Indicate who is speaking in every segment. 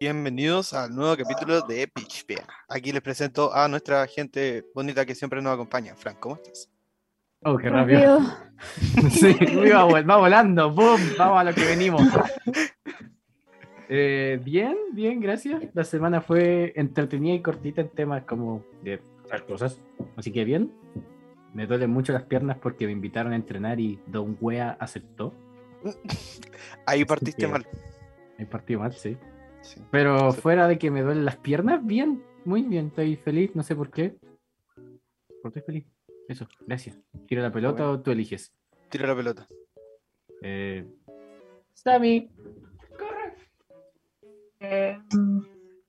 Speaker 1: Bienvenidos al nuevo capítulo de Pitchpea. Aquí les presento a nuestra gente bonita que siempre nos acompaña. Frank, ¿cómo estás?
Speaker 2: Oh, qué rápido. sí, va, vol- va volando, ¡pum! Vamos a lo que venimos. Eh, bien, bien, gracias. La semana fue entretenida y cortita en temas como de otras cosas. Así que bien. Me duelen mucho las piernas porque me invitaron a entrenar y Don Wea aceptó.
Speaker 1: Ahí partiste
Speaker 2: Bien.
Speaker 1: mal.
Speaker 2: Me partido mal, sí.
Speaker 1: Sí.
Speaker 2: Pero fuera de que me duelen las piernas, bien, muy bien. Estoy feliz, no sé por qué. ¿Por qué estoy feliz? Eso, gracias. Tiro la pelota o tú eliges.
Speaker 1: Tira la pelota.
Speaker 2: Eh, Sammy.
Speaker 3: Eh,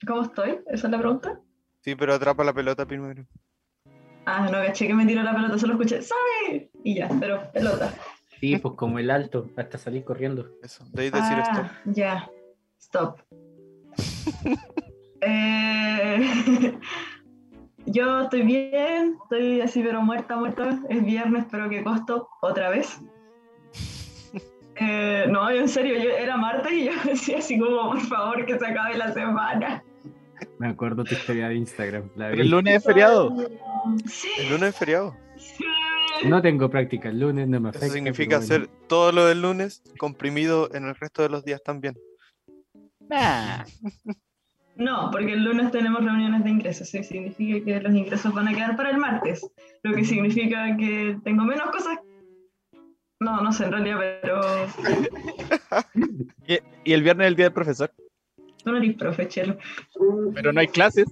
Speaker 3: ¿Cómo estoy? ¿Esa es la pregunta?
Speaker 1: Sí, pero atrapa la pelota primero.
Speaker 3: Ah, no, caché que me tiró la pelota, solo escuché, ¡sabe! Y ya, pero pelota.
Speaker 2: Sí, pues como el alto, hasta salir corriendo.
Speaker 1: Eso. Debéis decir
Speaker 3: ah,
Speaker 1: esto.
Speaker 3: Ya, stop. Eh, yo estoy bien, estoy así, pero muerta, muerta. Es viernes, pero que costo otra vez. Eh, no, yo en serio, yo era Marta y yo decía así como, por favor, que se acabe la semana.
Speaker 2: Me acuerdo tu historia de Instagram. la
Speaker 4: Pero
Speaker 2: vi.
Speaker 4: el lunes es feriado.
Speaker 1: El
Speaker 3: Sí,
Speaker 1: lunes es feriado.
Speaker 3: sí.
Speaker 2: No tengo práctica el lunes, no me afecta.
Speaker 1: Eso significa
Speaker 2: pero bueno.
Speaker 1: hacer todo lo del lunes comprimido en el resto de los días también.
Speaker 4: Nah.
Speaker 3: No, porque el lunes tenemos reuniones de ingresos, sí, significa que los ingresos van a quedar para el martes, lo que significa que tengo menos cosas. No, no sé en realidad, pero
Speaker 4: Y, y el viernes es el día del profesor.
Speaker 3: tú no eres profe, chelo.
Speaker 4: Pero no hay clases.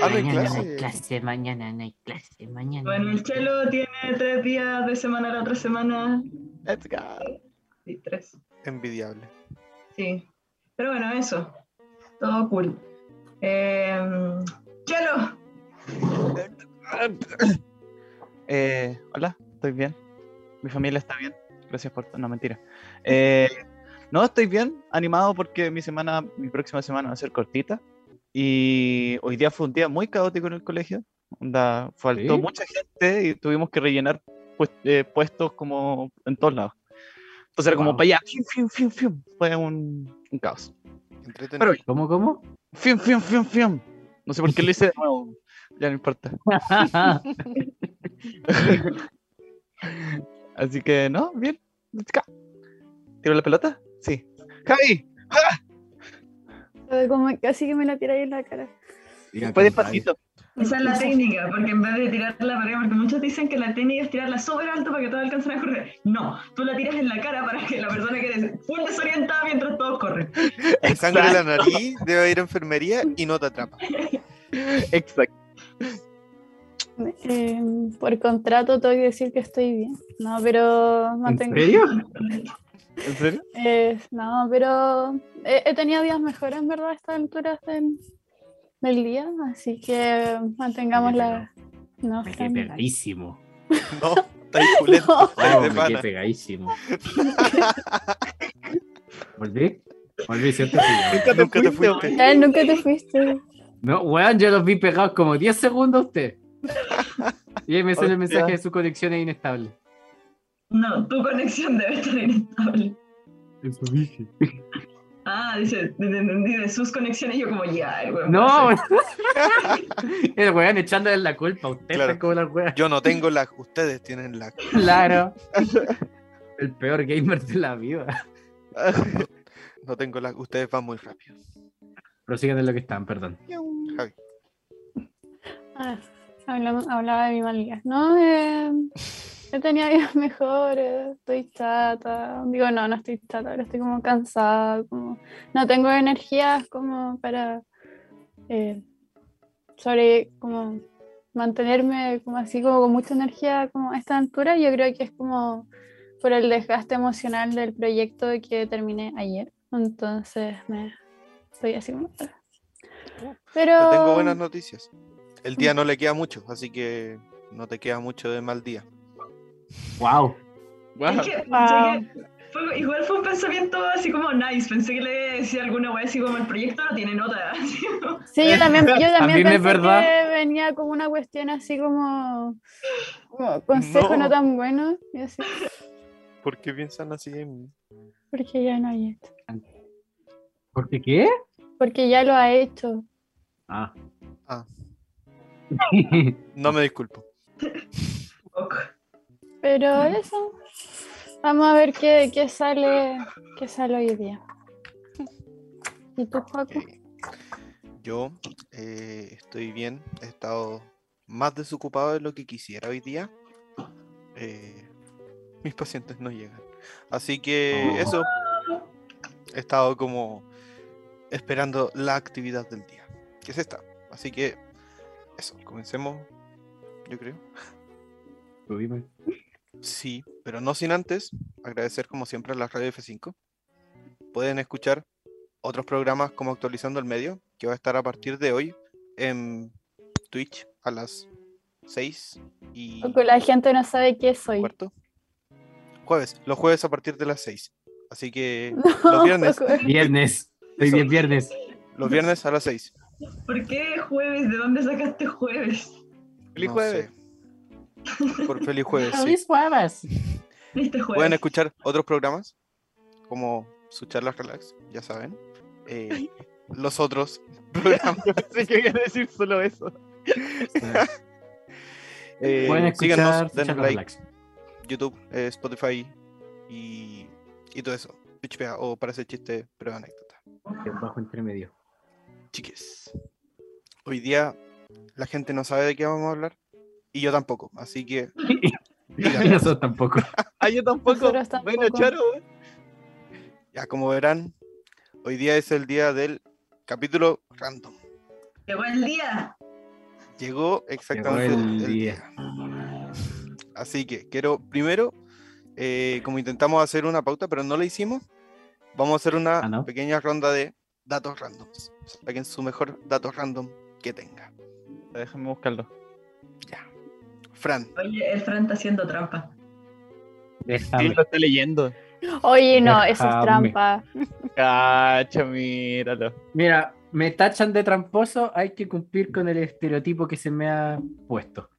Speaker 1: Ah, no hay
Speaker 5: mañana no hay
Speaker 1: clase.
Speaker 5: clase, mañana no hay clase, mañana.
Speaker 3: Bueno,
Speaker 5: no hay
Speaker 3: el chelo tiene tres días de semana a la otra semana,
Speaker 4: Let's go.
Speaker 3: sí, tres,
Speaker 1: Envidiable.
Speaker 3: sí. Pero bueno, eso, todo cool. Em, chelo,
Speaker 4: Eh, hola, estoy bien. Mi familia está bien. Gracias por. No, mentira. Eh, no, estoy bien, animado porque mi semana, mi próxima semana va a ser cortita. Y hoy día fue un día muy caótico en el colegio. Onda, faltó
Speaker 2: ¿Sí?
Speaker 4: mucha gente y tuvimos que rellenar pues- eh, puestos como en todos lados. Entonces era como
Speaker 2: Wow.
Speaker 4: para allá. fium, fium, fium, fium. Fue un, un caos.
Speaker 1: Entretenido.
Speaker 4: Pero
Speaker 2: ¿Cómo, cómo?
Speaker 4: Fium, fium, fium, fium. No sé por qué lo hice de nuevo. Ya no importa. Así que, no, bien. Let's go. ¿Tiro la pelota? Sí. ¡Javi!
Speaker 6: Fue Como casi que me la tiráis en la cara.
Speaker 4: Fue despacito.
Speaker 3: esa es la técnica, porque en vez de tirarla para porque muchos dicen que la técnica es tirarla súper alto para que todos alcancen a correr. No, tú la tiras en la cara para que la persona quede full desorientada mientras todos corren.
Speaker 1: El sangre de la nariz debe ir a enfermería y no te atrapa.
Speaker 4: Exacto.
Speaker 6: Eh, por contrato tengo que decir que estoy bien. No, pero no
Speaker 2: ¿En
Speaker 6: tengo.
Speaker 2: serio?
Speaker 4: ¿En serio?
Speaker 6: Eh, no, pero he, he tenido días mejores, en verdad, a estas alturas del, del día. Así que mantengamos
Speaker 2: Oye,
Speaker 6: la. No,
Speaker 2: Me quedé
Speaker 6: Fran.
Speaker 2: pegadísimo.
Speaker 1: No, está ahí culento.
Speaker 6: No.
Speaker 1: estáis
Speaker 2: Oh,
Speaker 1: de
Speaker 2: me
Speaker 1: pana.
Speaker 2: quedé pegadísimo. ¿Volví? ¿Volví, cierto? Sí, ya.
Speaker 1: Nunca te fuiste.
Speaker 6: Ya, nunca te fuiste.
Speaker 2: No, weón, yo los vi pegados como 10 segundos a usted. Y ahí me sale el mensaje de su conexión es inestable.
Speaker 3: No, tu conexión debe estar inestable.
Speaker 2: Eso dije.
Speaker 3: Ah, dice, de- de- entendí de sus conexiones. Yo, como, ya, el weón.
Speaker 2: No,
Speaker 3: parece-
Speaker 2: el weón echándole la culpa a usted.
Speaker 1: Claro.
Speaker 2: está como la weá.
Speaker 1: Yo no tengo lag, ustedes tienen lag.
Speaker 2: Claro. El peor gamer de la vida.
Speaker 1: No tengo lag, ustedes van muy rápido.
Speaker 2: Prosigan en lo que están, perdón.
Speaker 1: Javi.
Speaker 6: Ah, hablaba, hablaba de mi mal día. No, eh, he tenido días mejores. Estoy chata. Digo, no, no estoy chata, pero estoy como cansada. Como, no tengo energías como para eh, sobre como mantenerme como así como con mucha energía como a esta altura. Yo creo que es como por el desgaste emocional del proyecto que terminé ayer. Entonces me estoy así como.
Speaker 1: Te
Speaker 6: Pero
Speaker 1: tengo buenas noticias. El día no le queda mucho, así que no te queda mucho de mal día.
Speaker 2: Wow.
Speaker 3: Es
Speaker 7: Wow.
Speaker 3: que, pensé
Speaker 6: Wow.
Speaker 3: que fue- igual fue un pensamiento así como nice. Pensé que le decía alguna wea así como el proyecto no tiene nota. así como-
Speaker 6: Sí, yo también, yo también
Speaker 2: También es
Speaker 6: pensé
Speaker 2: verdad.
Speaker 6: que venía con una cuestión así como, como consejo no.
Speaker 1: No.
Speaker 6: tan bueno. Y así,
Speaker 1: ¿Por qué piensan así en mí?
Speaker 6: porque ya no hay esto.
Speaker 2: ¿Por qué qué?
Speaker 6: Porque ya lo ha hecho.
Speaker 2: Ah.
Speaker 1: Ah.
Speaker 2: Yo
Speaker 1: No me disculpo.
Speaker 3: Ok.
Speaker 6: Pero
Speaker 2: Mm.
Speaker 6: eso. Vamos a ver qué, qué sale qué sale hoy día. ¿Y tú, Paco?
Speaker 2: Eh,
Speaker 1: Yo eh, estoy bien, he estado más desocupado de lo que quisiera hoy día. Eh, mis pacientes no llegan. Así que
Speaker 2: Oh.
Speaker 1: eso, he estado como esperando la actividad del día, que es esta. Así que eso, comencemos, yo creo.
Speaker 2: dime.
Speaker 1: Sí, pero no sin antes agradecer como siempre a la radio F5. Pueden escuchar otros programas como Actualizando el Medio, que va a estar a partir de hoy en Twitch a las 6 y
Speaker 6: Porque la gente no sabe qué soy.
Speaker 1: cuarto. Jueves, los jueves a partir de las 6. Así que los viernes,
Speaker 6: Paco,
Speaker 2: Viernes. Estoy bien viernes.
Speaker 1: los viernes a las 6.
Speaker 3: ¿Por qué jueves? ¿De dónde sacaste jueves?
Speaker 4: Feliz
Speaker 1: No
Speaker 4: jueves.
Speaker 1: sé. Por feliz
Speaker 2: Pues
Speaker 1: jueves, sí.
Speaker 2: jueves.
Speaker 3: Este jueves.
Speaker 1: Pueden escuchar otros programas, como sus charlas relax, ya saben. Eh, los otros programas.
Speaker 4: Yo pensé que iba a decir solo eso.
Speaker 1: Eh,
Speaker 2: Pueden
Speaker 1: síganos,
Speaker 2: escuchar.
Speaker 1: denos
Speaker 2: Charla
Speaker 1: like,
Speaker 2: Relax.
Speaker 1: YouTube, eh, Spotify y, y todo eso. PHPA o para ese chiste, pero anécdota.
Speaker 2: Bajo entre medio.
Speaker 1: Chiques, hoy día la gente no sabe de qué vamos a hablar y yo tampoco, así que díganme.
Speaker 2: Nosotros tampoco.
Speaker 4: Ah, yo tampoco.
Speaker 6: Nosotros tampoco.
Speaker 4: Bueno, Charo. eh.
Speaker 1: ya como verán, hoy día es el día del capítulo random.
Speaker 3: Llegó el día.
Speaker 1: Llegó exactamente
Speaker 2: Llegó
Speaker 1: el,
Speaker 2: el
Speaker 1: día. Así que quiero primero, eh, como intentamos hacer una pauta, pero no la hicimos, vamos a hacer una
Speaker 2: Ah, ¿no?
Speaker 1: pequeña ronda de datos randoms. Saquen su mejor dato random que tenga.
Speaker 4: Ah, Déjame buscarlo.
Speaker 1: Fran,
Speaker 3: Oye, el Fran está haciendo trampa.
Speaker 4: Sí,
Speaker 2: Déjame.
Speaker 4: lo estoy leyendo.
Speaker 6: Oye, no, eso es
Speaker 2: Déjame.
Speaker 6: trampa.
Speaker 4: Cacha, míralo.
Speaker 2: Mira, me tachan de tramposo. Hay que cumplir con el estereotipo que se me ha puesto.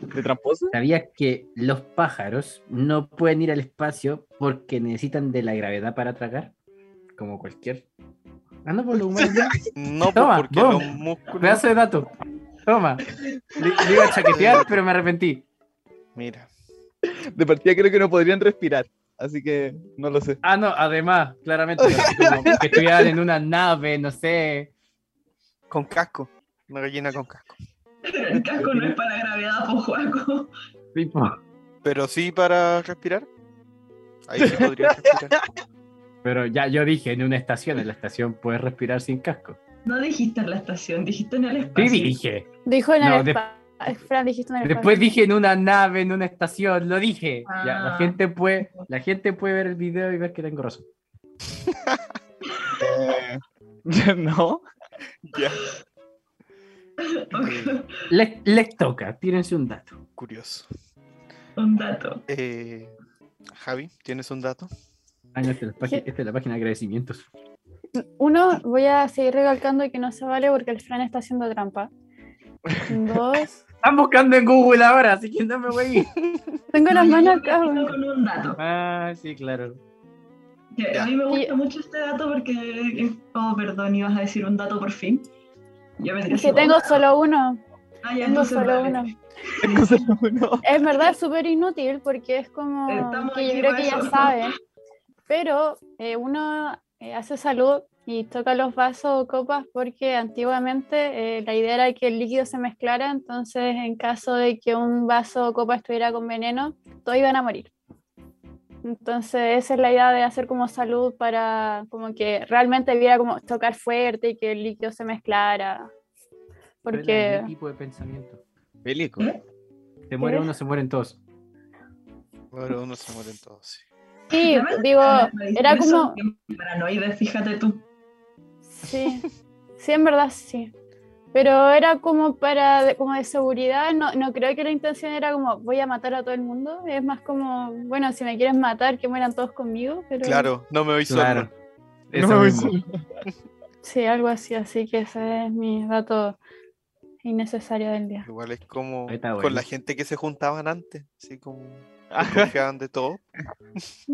Speaker 4: ¿De tramposo?
Speaker 2: ¿Sabías que los pájaros no pueden ir al espacio porque necesitan de la gravedad para tragar? Como cualquier. Ah, no, por los humanos. ¿no?
Speaker 1: no pues,
Speaker 2: Toma,
Speaker 1: porque
Speaker 2: vos.
Speaker 1: los músculos.
Speaker 2: Pedazo de dato. Toma. Le, le iba a chaquetear, pero me arrepentí.
Speaker 1: Mira,
Speaker 4: De partida creo que no podrían respirar. Así que no lo sé.
Speaker 2: Ah, no, además, claramente. así como que estuvieran en una nave, no sé.
Speaker 1: con casco. Una gallina con casco.
Speaker 3: Pero el casco no es para la gravedad, por Juaco.
Speaker 2: Tipo.
Speaker 1: Pero sí para respirar. Ahí sí podría respirar.
Speaker 2: Pero ya yo dije, en una estación, en la estación puedes respirar sin casco.
Speaker 3: No dijiste en la estación, dijiste en el
Speaker 2: Sí
Speaker 3: espacio.
Speaker 2: dije.
Speaker 6: Dijo en el
Speaker 2: No, de-
Speaker 6: espacio. Fran, dijiste en el
Speaker 2: Después dije en una nave, en una estación, lo dije. Ya,
Speaker 3: Ah.
Speaker 2: la gente puede, la gente puede ver el video y ver que tengo razón.
Speaker 4: no.
Speaker 1: Ya,
Speaker 3: Ok,
Speaker 2: Les, les toca, tírense un dato.
Speaker 1: curioso.
Speaker 3: Un dato.
Speaker 1: Eh, Javi, ¿tienes un dato?
Speaker 2: Ah, no, esta es la página,
Speaker 6: ¿Qué?
Speaker 2: esta es la página de agradecimientos.
Speaker 6: Uno, voy a seguir recalcando que no se vale porque el Fran está haciendo trampa. Dos,
Speaker 2: Están buscando en Google ahora, así que no me voy.
Speaker 6: tengo las
Speaker 3: No, yo
Speaker 6: manos
Speaker 3: me
Speaker 6: acá.
Speaker 3: quedo
Speaker 6: weón.
Speaker 3: Con un dato.
Speaker 2: Ah, sí, claro.
Speaker 3: Que
Speaker 1: Ya.
Speaker 3: A mí me gusta
Speaker 6: Y-
Speaker 3: mucho este dato porque. Oh, perdón, ibas a decir un dato por fin. Yo me
Speaker 6: Que tengo solo uno.
Speaker 3: Ah,
Speaker 6: Tengo
Speaker 3: ya, entonces
Speaker 6: solo
Speaker 3: vale.
Speaker 6: uno.
Speaker 4: Tengo solo uno.
Speaker 6: Es verdad, es súper inútil porque es como
Speaker 3: Estamos
Speaker 6: que
Speaker 3: aquí
Speaker 6: yo creo
Speaker 3: para
Speaker 6: que ya
Speaker 3: eso.
Speaker 6: saben. Pero eh, uno eh, hace salud y toca los vasos o copas porque antiguamente eh, la idea era que el líquido se mezclara, entonces en caso de que un vaso o copa estuviera con veneno, todos iban a morir. Entonces esa es la idea de hacer como salud para como que realmente hubiera como tocar fuerte y que el líquido se mezclara. Porque...
Speaker 2: ¿Qué tipo de pensamiento?
Speaker 4: Bélico.
Speaker 3: ¿Eh?
Speaker 2: Se muere
Speaker 6: ¿Qué?
Speaker 2: uno, se mueren todos.
Speaker 1: Bueno, uno se mueren todos. sí.
Speaker 6: Sí,
Speaker 3: Ya Ah, ves,
Speaker 6: digo,
Speaker 3: las tradiciones
Speaker 6: era como...
Speaker 3: son bien Paranoides, fíjate tú.
Speaker 6: Sí, sí, en verdad sí. Pero era como para, de- como de seguridad, no, no creo que la intención era como voy a matar a todo el mundo, es más como, bueno, si me quieres matar, que mueran todos conmigo, pero
Speaker 1: Claro, no me voy
Speaker 2: Claro.
Speaker 1: solo.
Speaker 2: Eso
Speaker 4: No,
Speaker 2: mismo.
Speaker 4: sí.
Speaker 6: sí, algo así, así que ese es mi dato innecesario del día.
Speaker 1: Igual es como
Speaker 2: Ahí está
Speaker 1: con
Speaker 2: bueno.
Speaker 1: la gente que se juntaban antes, así como
Speaker 4: Ah,
Speaker 1: desconfiaban de todo.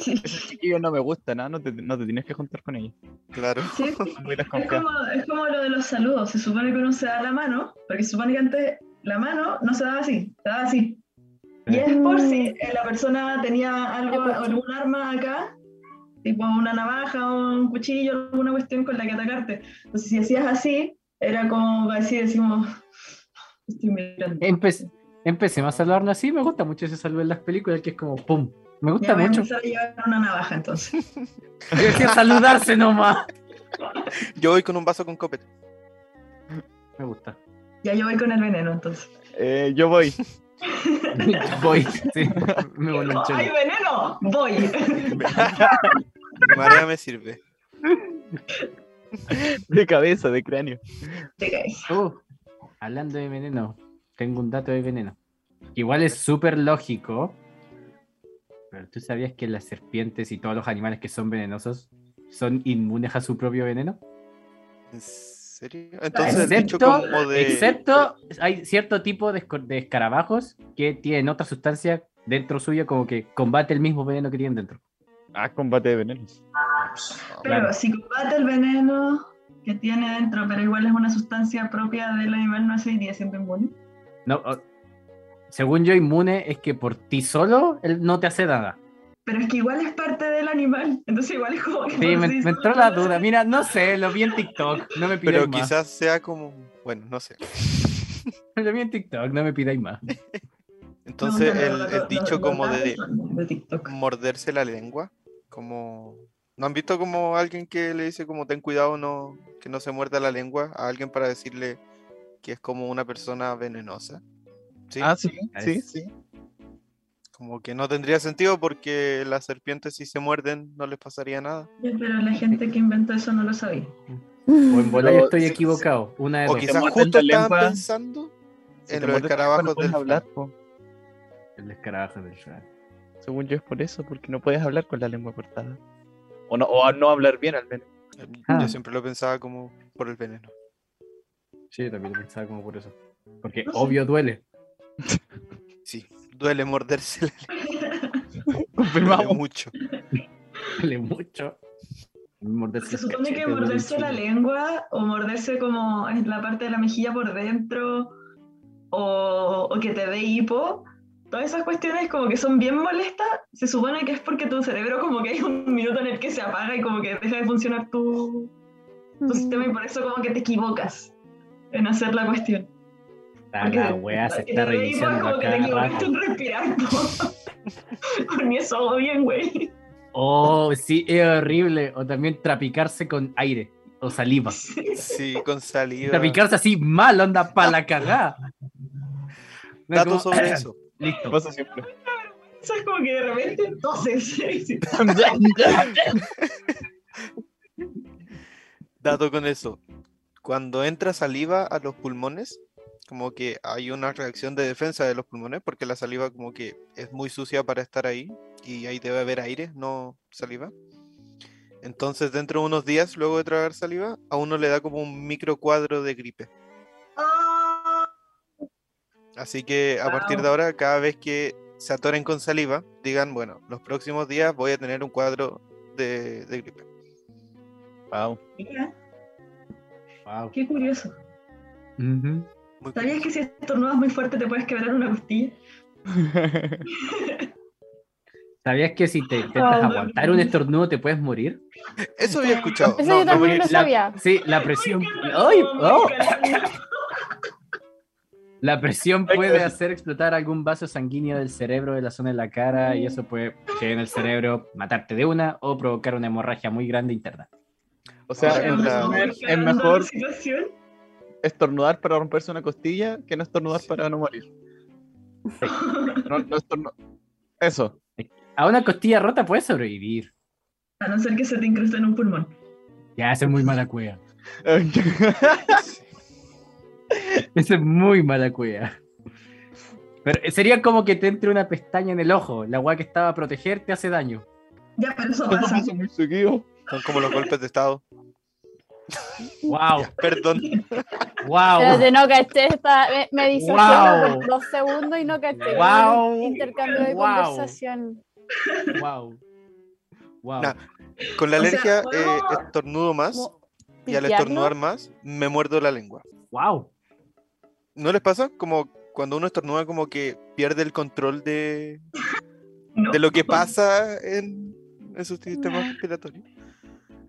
Speaker 3: Sí.
Speaker 4: Esos chiquillos no me gustan, ¿ah? ¿no? te, no te tienes que juntar con ellos.
Speaker 1: Claro.
Speaker 3: Sí, es que
Speaker 4: Muy
Speaker 3: Es
Speaker 4: desconfiado.
Speaker 3: como, es como lo de los saludos. Se supone que uno se da la mano, porque se supone que antes la mano no se daba así, se daba así. Y
Speaker 2: Sí.
Speaker 3: es por si eh, la persona tenía algo,
Speaker 6: Es por si.
Speaker 3: algún arma acá, tipo una navaja o un cuchillo, alguna cuestión con la que atacarte. Entonces, si hacías así, era como así, decimos, estoy mirando.
Speaker 2: Empe- empecemos a saludarnos así. Me gusta mucho ese saludo en las películas, que es como pum. Me
Speaker 3: Ya
Speaker 2: gusta
Speaker 3: voy a
Speaker 2: mucho.
Speaker 3: empezar a llevar una navaja entonces.
Speaker 2: Yo decía saludarse nomás.
Speaker 1: Yo voy con un vaso con copete.
Speaker 2: Me gusta.
Speaker 3: Ya yo voy con el veneno entonces.
Speaker 4: Eh, yo voy.
Speaker 2: Voy. Sí. Me voy al
Speaker 3: ¡Hay
Speaker 2: chelo.
Speaker 3: veneno! Voy.
Speaker 1: Mi marea me sirve.
Speaker 4: De cabeza, de cráneo.
Speaker 3: Te caes.
Speaker 2: Uh, hablando de veneno, tengo un dato de veneno. Igual es súper lógico. Pero tú sabías que las serpientes y todos los animales que son venenosos son inmunes a su propio veneno.
Speaker 1: ¿En serio? Entonces, el dicho
Speaker 2: Excepto-
Speaker 1: como de.
Speaker 2: Excepto hay cierto tipo de, esco- de escarabajos que tienen otra sustancia dentro suyo como que combate el mismo veneno que tienen dentro.
Speaker 4: Ah, combate de venenos.
Speaker 3: Pero
Speaker 2: Claro.
Speaker 3: si combate el veneno que tiene dentro, pero igual es una sustancia propia del animal, no sería siempre inmune.
Speaker 2: No, o- según yo, inmune es que por ti solo él no te hace nada.
Speaker 3: Pero es que igual es parte del animal, entonces igual es como que...
Speaker 2: Sí,
Speaker 3: por
Speaker 2: me,
Speaker 3: sí
Speaker 2: me
Speaker 3: solo
Speaker 2: entró la
Speaker 3: no
Speaker 2: duda.
Speaker 3: es-
Speaker 2: Mira, no sé, lo vi en TikTok. No me pidáis
Speaker 1: Pero
Speaker 2: más.
Speaker 1: quizás sea como. Bueno, no sé.
Speaker 2: Lo vi en TikTok, no me pidáis más.
Speaker 3: No, no,
Speaker 1: Entonces,
Speaker 3: no,
Speaker 1: el,
Speaker 3: no,
Speaker 1: el
Speaker 3: no,
Speaker 1: dicho
Speaker 3: no,
Speaker 1: como
Speaker 3: no,
Speaker 1: de
Speaker 3: de TikTok.
Speaker 1: morderse la lengua, como. ¿No han visto como alguien que le dice como ten cuidado no, que no se muerda la lengua a alguien para decirle que es como una persona venenosa? ¿Sí?
Speaker 4: Ah, sí, sí,
Speaker 2: Es-
Speaker 4: sí.
Speaker 1: Como que no tendría sentido porque las serpientes si se muerden no les pasaría nada.
Speaker 3: Pero la gente que inventó eso no lo sabía.
Speaker 2: O en bola yo
Speaker 4: Pero
Speaker 2: estoy
Speaker 4: sí,
Speaker 2: equivocado. Una de
Speaker 1: O
Speaker 2: dos.
Speaker 1: quizás
Speaker 4: muerden
Speaker 1: justo
Speaker 4: la
Speaker 1: estaban
Speaker 4: lengua-
Speaker 1: pensando
Speaker 4: Si
Speaker 1: en
Speaker 4: te
Speaker 1: los
Speaker 4: muerdes la lengua, no
Speaker 1: escarabajos
Speaker 4: puedes
Speaker 1: del
Speaker 4: hablar, po.
Speaker 2: El escarabajo del Shrek.
Speaker 4: Según yo es por eso, porque no puedes hablar con la lengua cortada. O no, o no hablar bien al menos.
Speaker 2: Ah.
Speaker 1: Yo siempre lo pensaba como por el veneno.
Speaker 2: Sí, yo también lo pensaba como por eso. Porque
Speaker 3: No sé.
Speaker 2: obvio duele.
Speaker 1: Sí, duele morderse la lengua duele
Speaker 4: Confirmamos.
Speaker 1: mucho.
Speaker 2: Duele mucho. Morderse
Speaker 3: Se
Speaker 2: el
Speaker 3: supone que
Speaker 2: cachete duele un
Speaker 3: morderse la
Speaker 2: chingo.
Speaker 3: lengua o morderse como en la parte de la mejilla por dentro o, o que te dé hipo, todas esas cuestiones como que son bien molestas, se supone que es porque tu cerebro como que hay un minuto en el que se apaga y como que deja de funcionar tu, tu sistema y
Speaker 6: Mm.
Speaker 3: por eso como que te equivocas en hacer la cuestión.
Speaker 2: Está Ah, la weá se está revisando
Speaker 3: como que
Speaker 2: acá.
Speaker 3: te equivocaste en respirar. po. Con eso hago bien, güey.
Speaker 2: Oh, sí, es horrible. O también trapicarse con aire o saliva.
Speaker 1: Sí, con saliva.
Speaker 2: Trapicarse así mal, onda para la cagada. No,
Speaker 1: Datos
Speaker 2: como-
Speaker 1: sobre eso.
Speaker 4: Me
Speaker 2: Listo.
Speaker 4: pasa siempre.
Speaker 3: Eso es como que de repente entonces...
Speaker 1: Dato con eso. Cuando entra saliva a los pulmones, como que hay una reacción de defensa de los pulmones, porque la saliva como que es muy sucia para estar ahí y ahí debe haber aire, no saliva. Entonces, dentro de unos días, luego de tragar saliva, a uno le da como un micro cuadro de gripe.
Speaker 3: Ah.
Speaker 1: Así que a partir de
Speaker 3: Wao.
Speaker 1: ahora, cada vez que se atoren con saliva, digan, bueno, los próximos días voy a tener un cuadro de, de gripe.
Speaker 4: Wow.
Speaker 3: Mira,
Speaker 2: Wow.
Speaker 3: qué curioso.
Speaker 2: Ujú.
Speaker 1: Muy
Speaker 3: ¿Sabías que si estornudas muy fuerte te puedes quebrar una costilla?
Speaker 2: ¿Sabías que si te
Speaker 3: Ah,
Speaker 2: intentas
Speaker 6: Wow.
Speaker 2: aguantar un estornudo te puedes morir?
Speaker 1: Eso había escuchado.
Speaker 6: Eso
Speaker 1: No,
Speaker 6: yo
Speaker 1: no
Speaker 6: también
Speaker 1: voy a-
Speaker 6: lo sabía.
Speaker 2: Sí, la presión. ¡Ay! oh, La presión puede hacer explotar algún vaso sanguíneo del cerebro de la zona de la cara y eso puede llegar en el cerebro, matarte de una o provocar una hemorragia muy grande interna.
Speaker 4: O sea,
Speaker 1: Ahora
Speaker 4: en
Speaker 1: con la-
Speaker 4: resumen, es
Speaker 3: Cada
Speaker 4: mejor
Speaker 3: situación.
Speaker 4: estornudar para romperse una costilla que no estornudar
Speaker 1: Sí.
Speaker 4: para no morir. No, no estornu- Eso.
Speaker 2: A una costilla rota puedes sobrevivir.
Speaker 3: A no ser que se te incruste en un pulmón.
Speaker 2: Ya, eso es muy mala cueva.
Speaker 1: Sí.
Speaker 2: Eso es muy mala cueva. Pero eh, sería como que te entre una pestaña en el ojo. La weá que estaba a proteger te hace daño.
Speaker 3: Ya, pero
Speaker 4: Pues,
Speaker 3: eso pasa.
Speaker 4: muy seguido.
Speaker 1: Son como los golpes de estado.
Speaker 2: ¡Wow!
Speaker 1: Ya, perdón.
Speaker 2: ¡Wow!
Speaker 6: Espérate, no caché, esta, me, me disocié
Speaker 2: Guau.
Speaker 6: por dos segundos y no caché.
Speaker 2: Guau.
Speaker 6: Intercambio de
Speaker 2: Guau.
Speaker 6: conversación.
Speaker 2: ¡Wow! ¡Wow!
Speaker 1: Nah, Con la
Speaker 3: O sea,
Speaker 1: alergia eh,
Speaker 3: ¿puedo
Speaker 1: estornudo más
Speaker 6: Como
Speaker 1: y al
Speaker 6: limpiarlo.
Speaker 1: estornudar más me muerdo la lengua.
Speaker 2: ¡Wow!
Speaker 1: ¿No les pasa? Como cuando uno estornuda como que pierde el control de,
Speaker 3: No.
Speaker 1: de lo que pasa en, en sus sistemas
Speaker 6: No.
Speaker 1: respiratorios.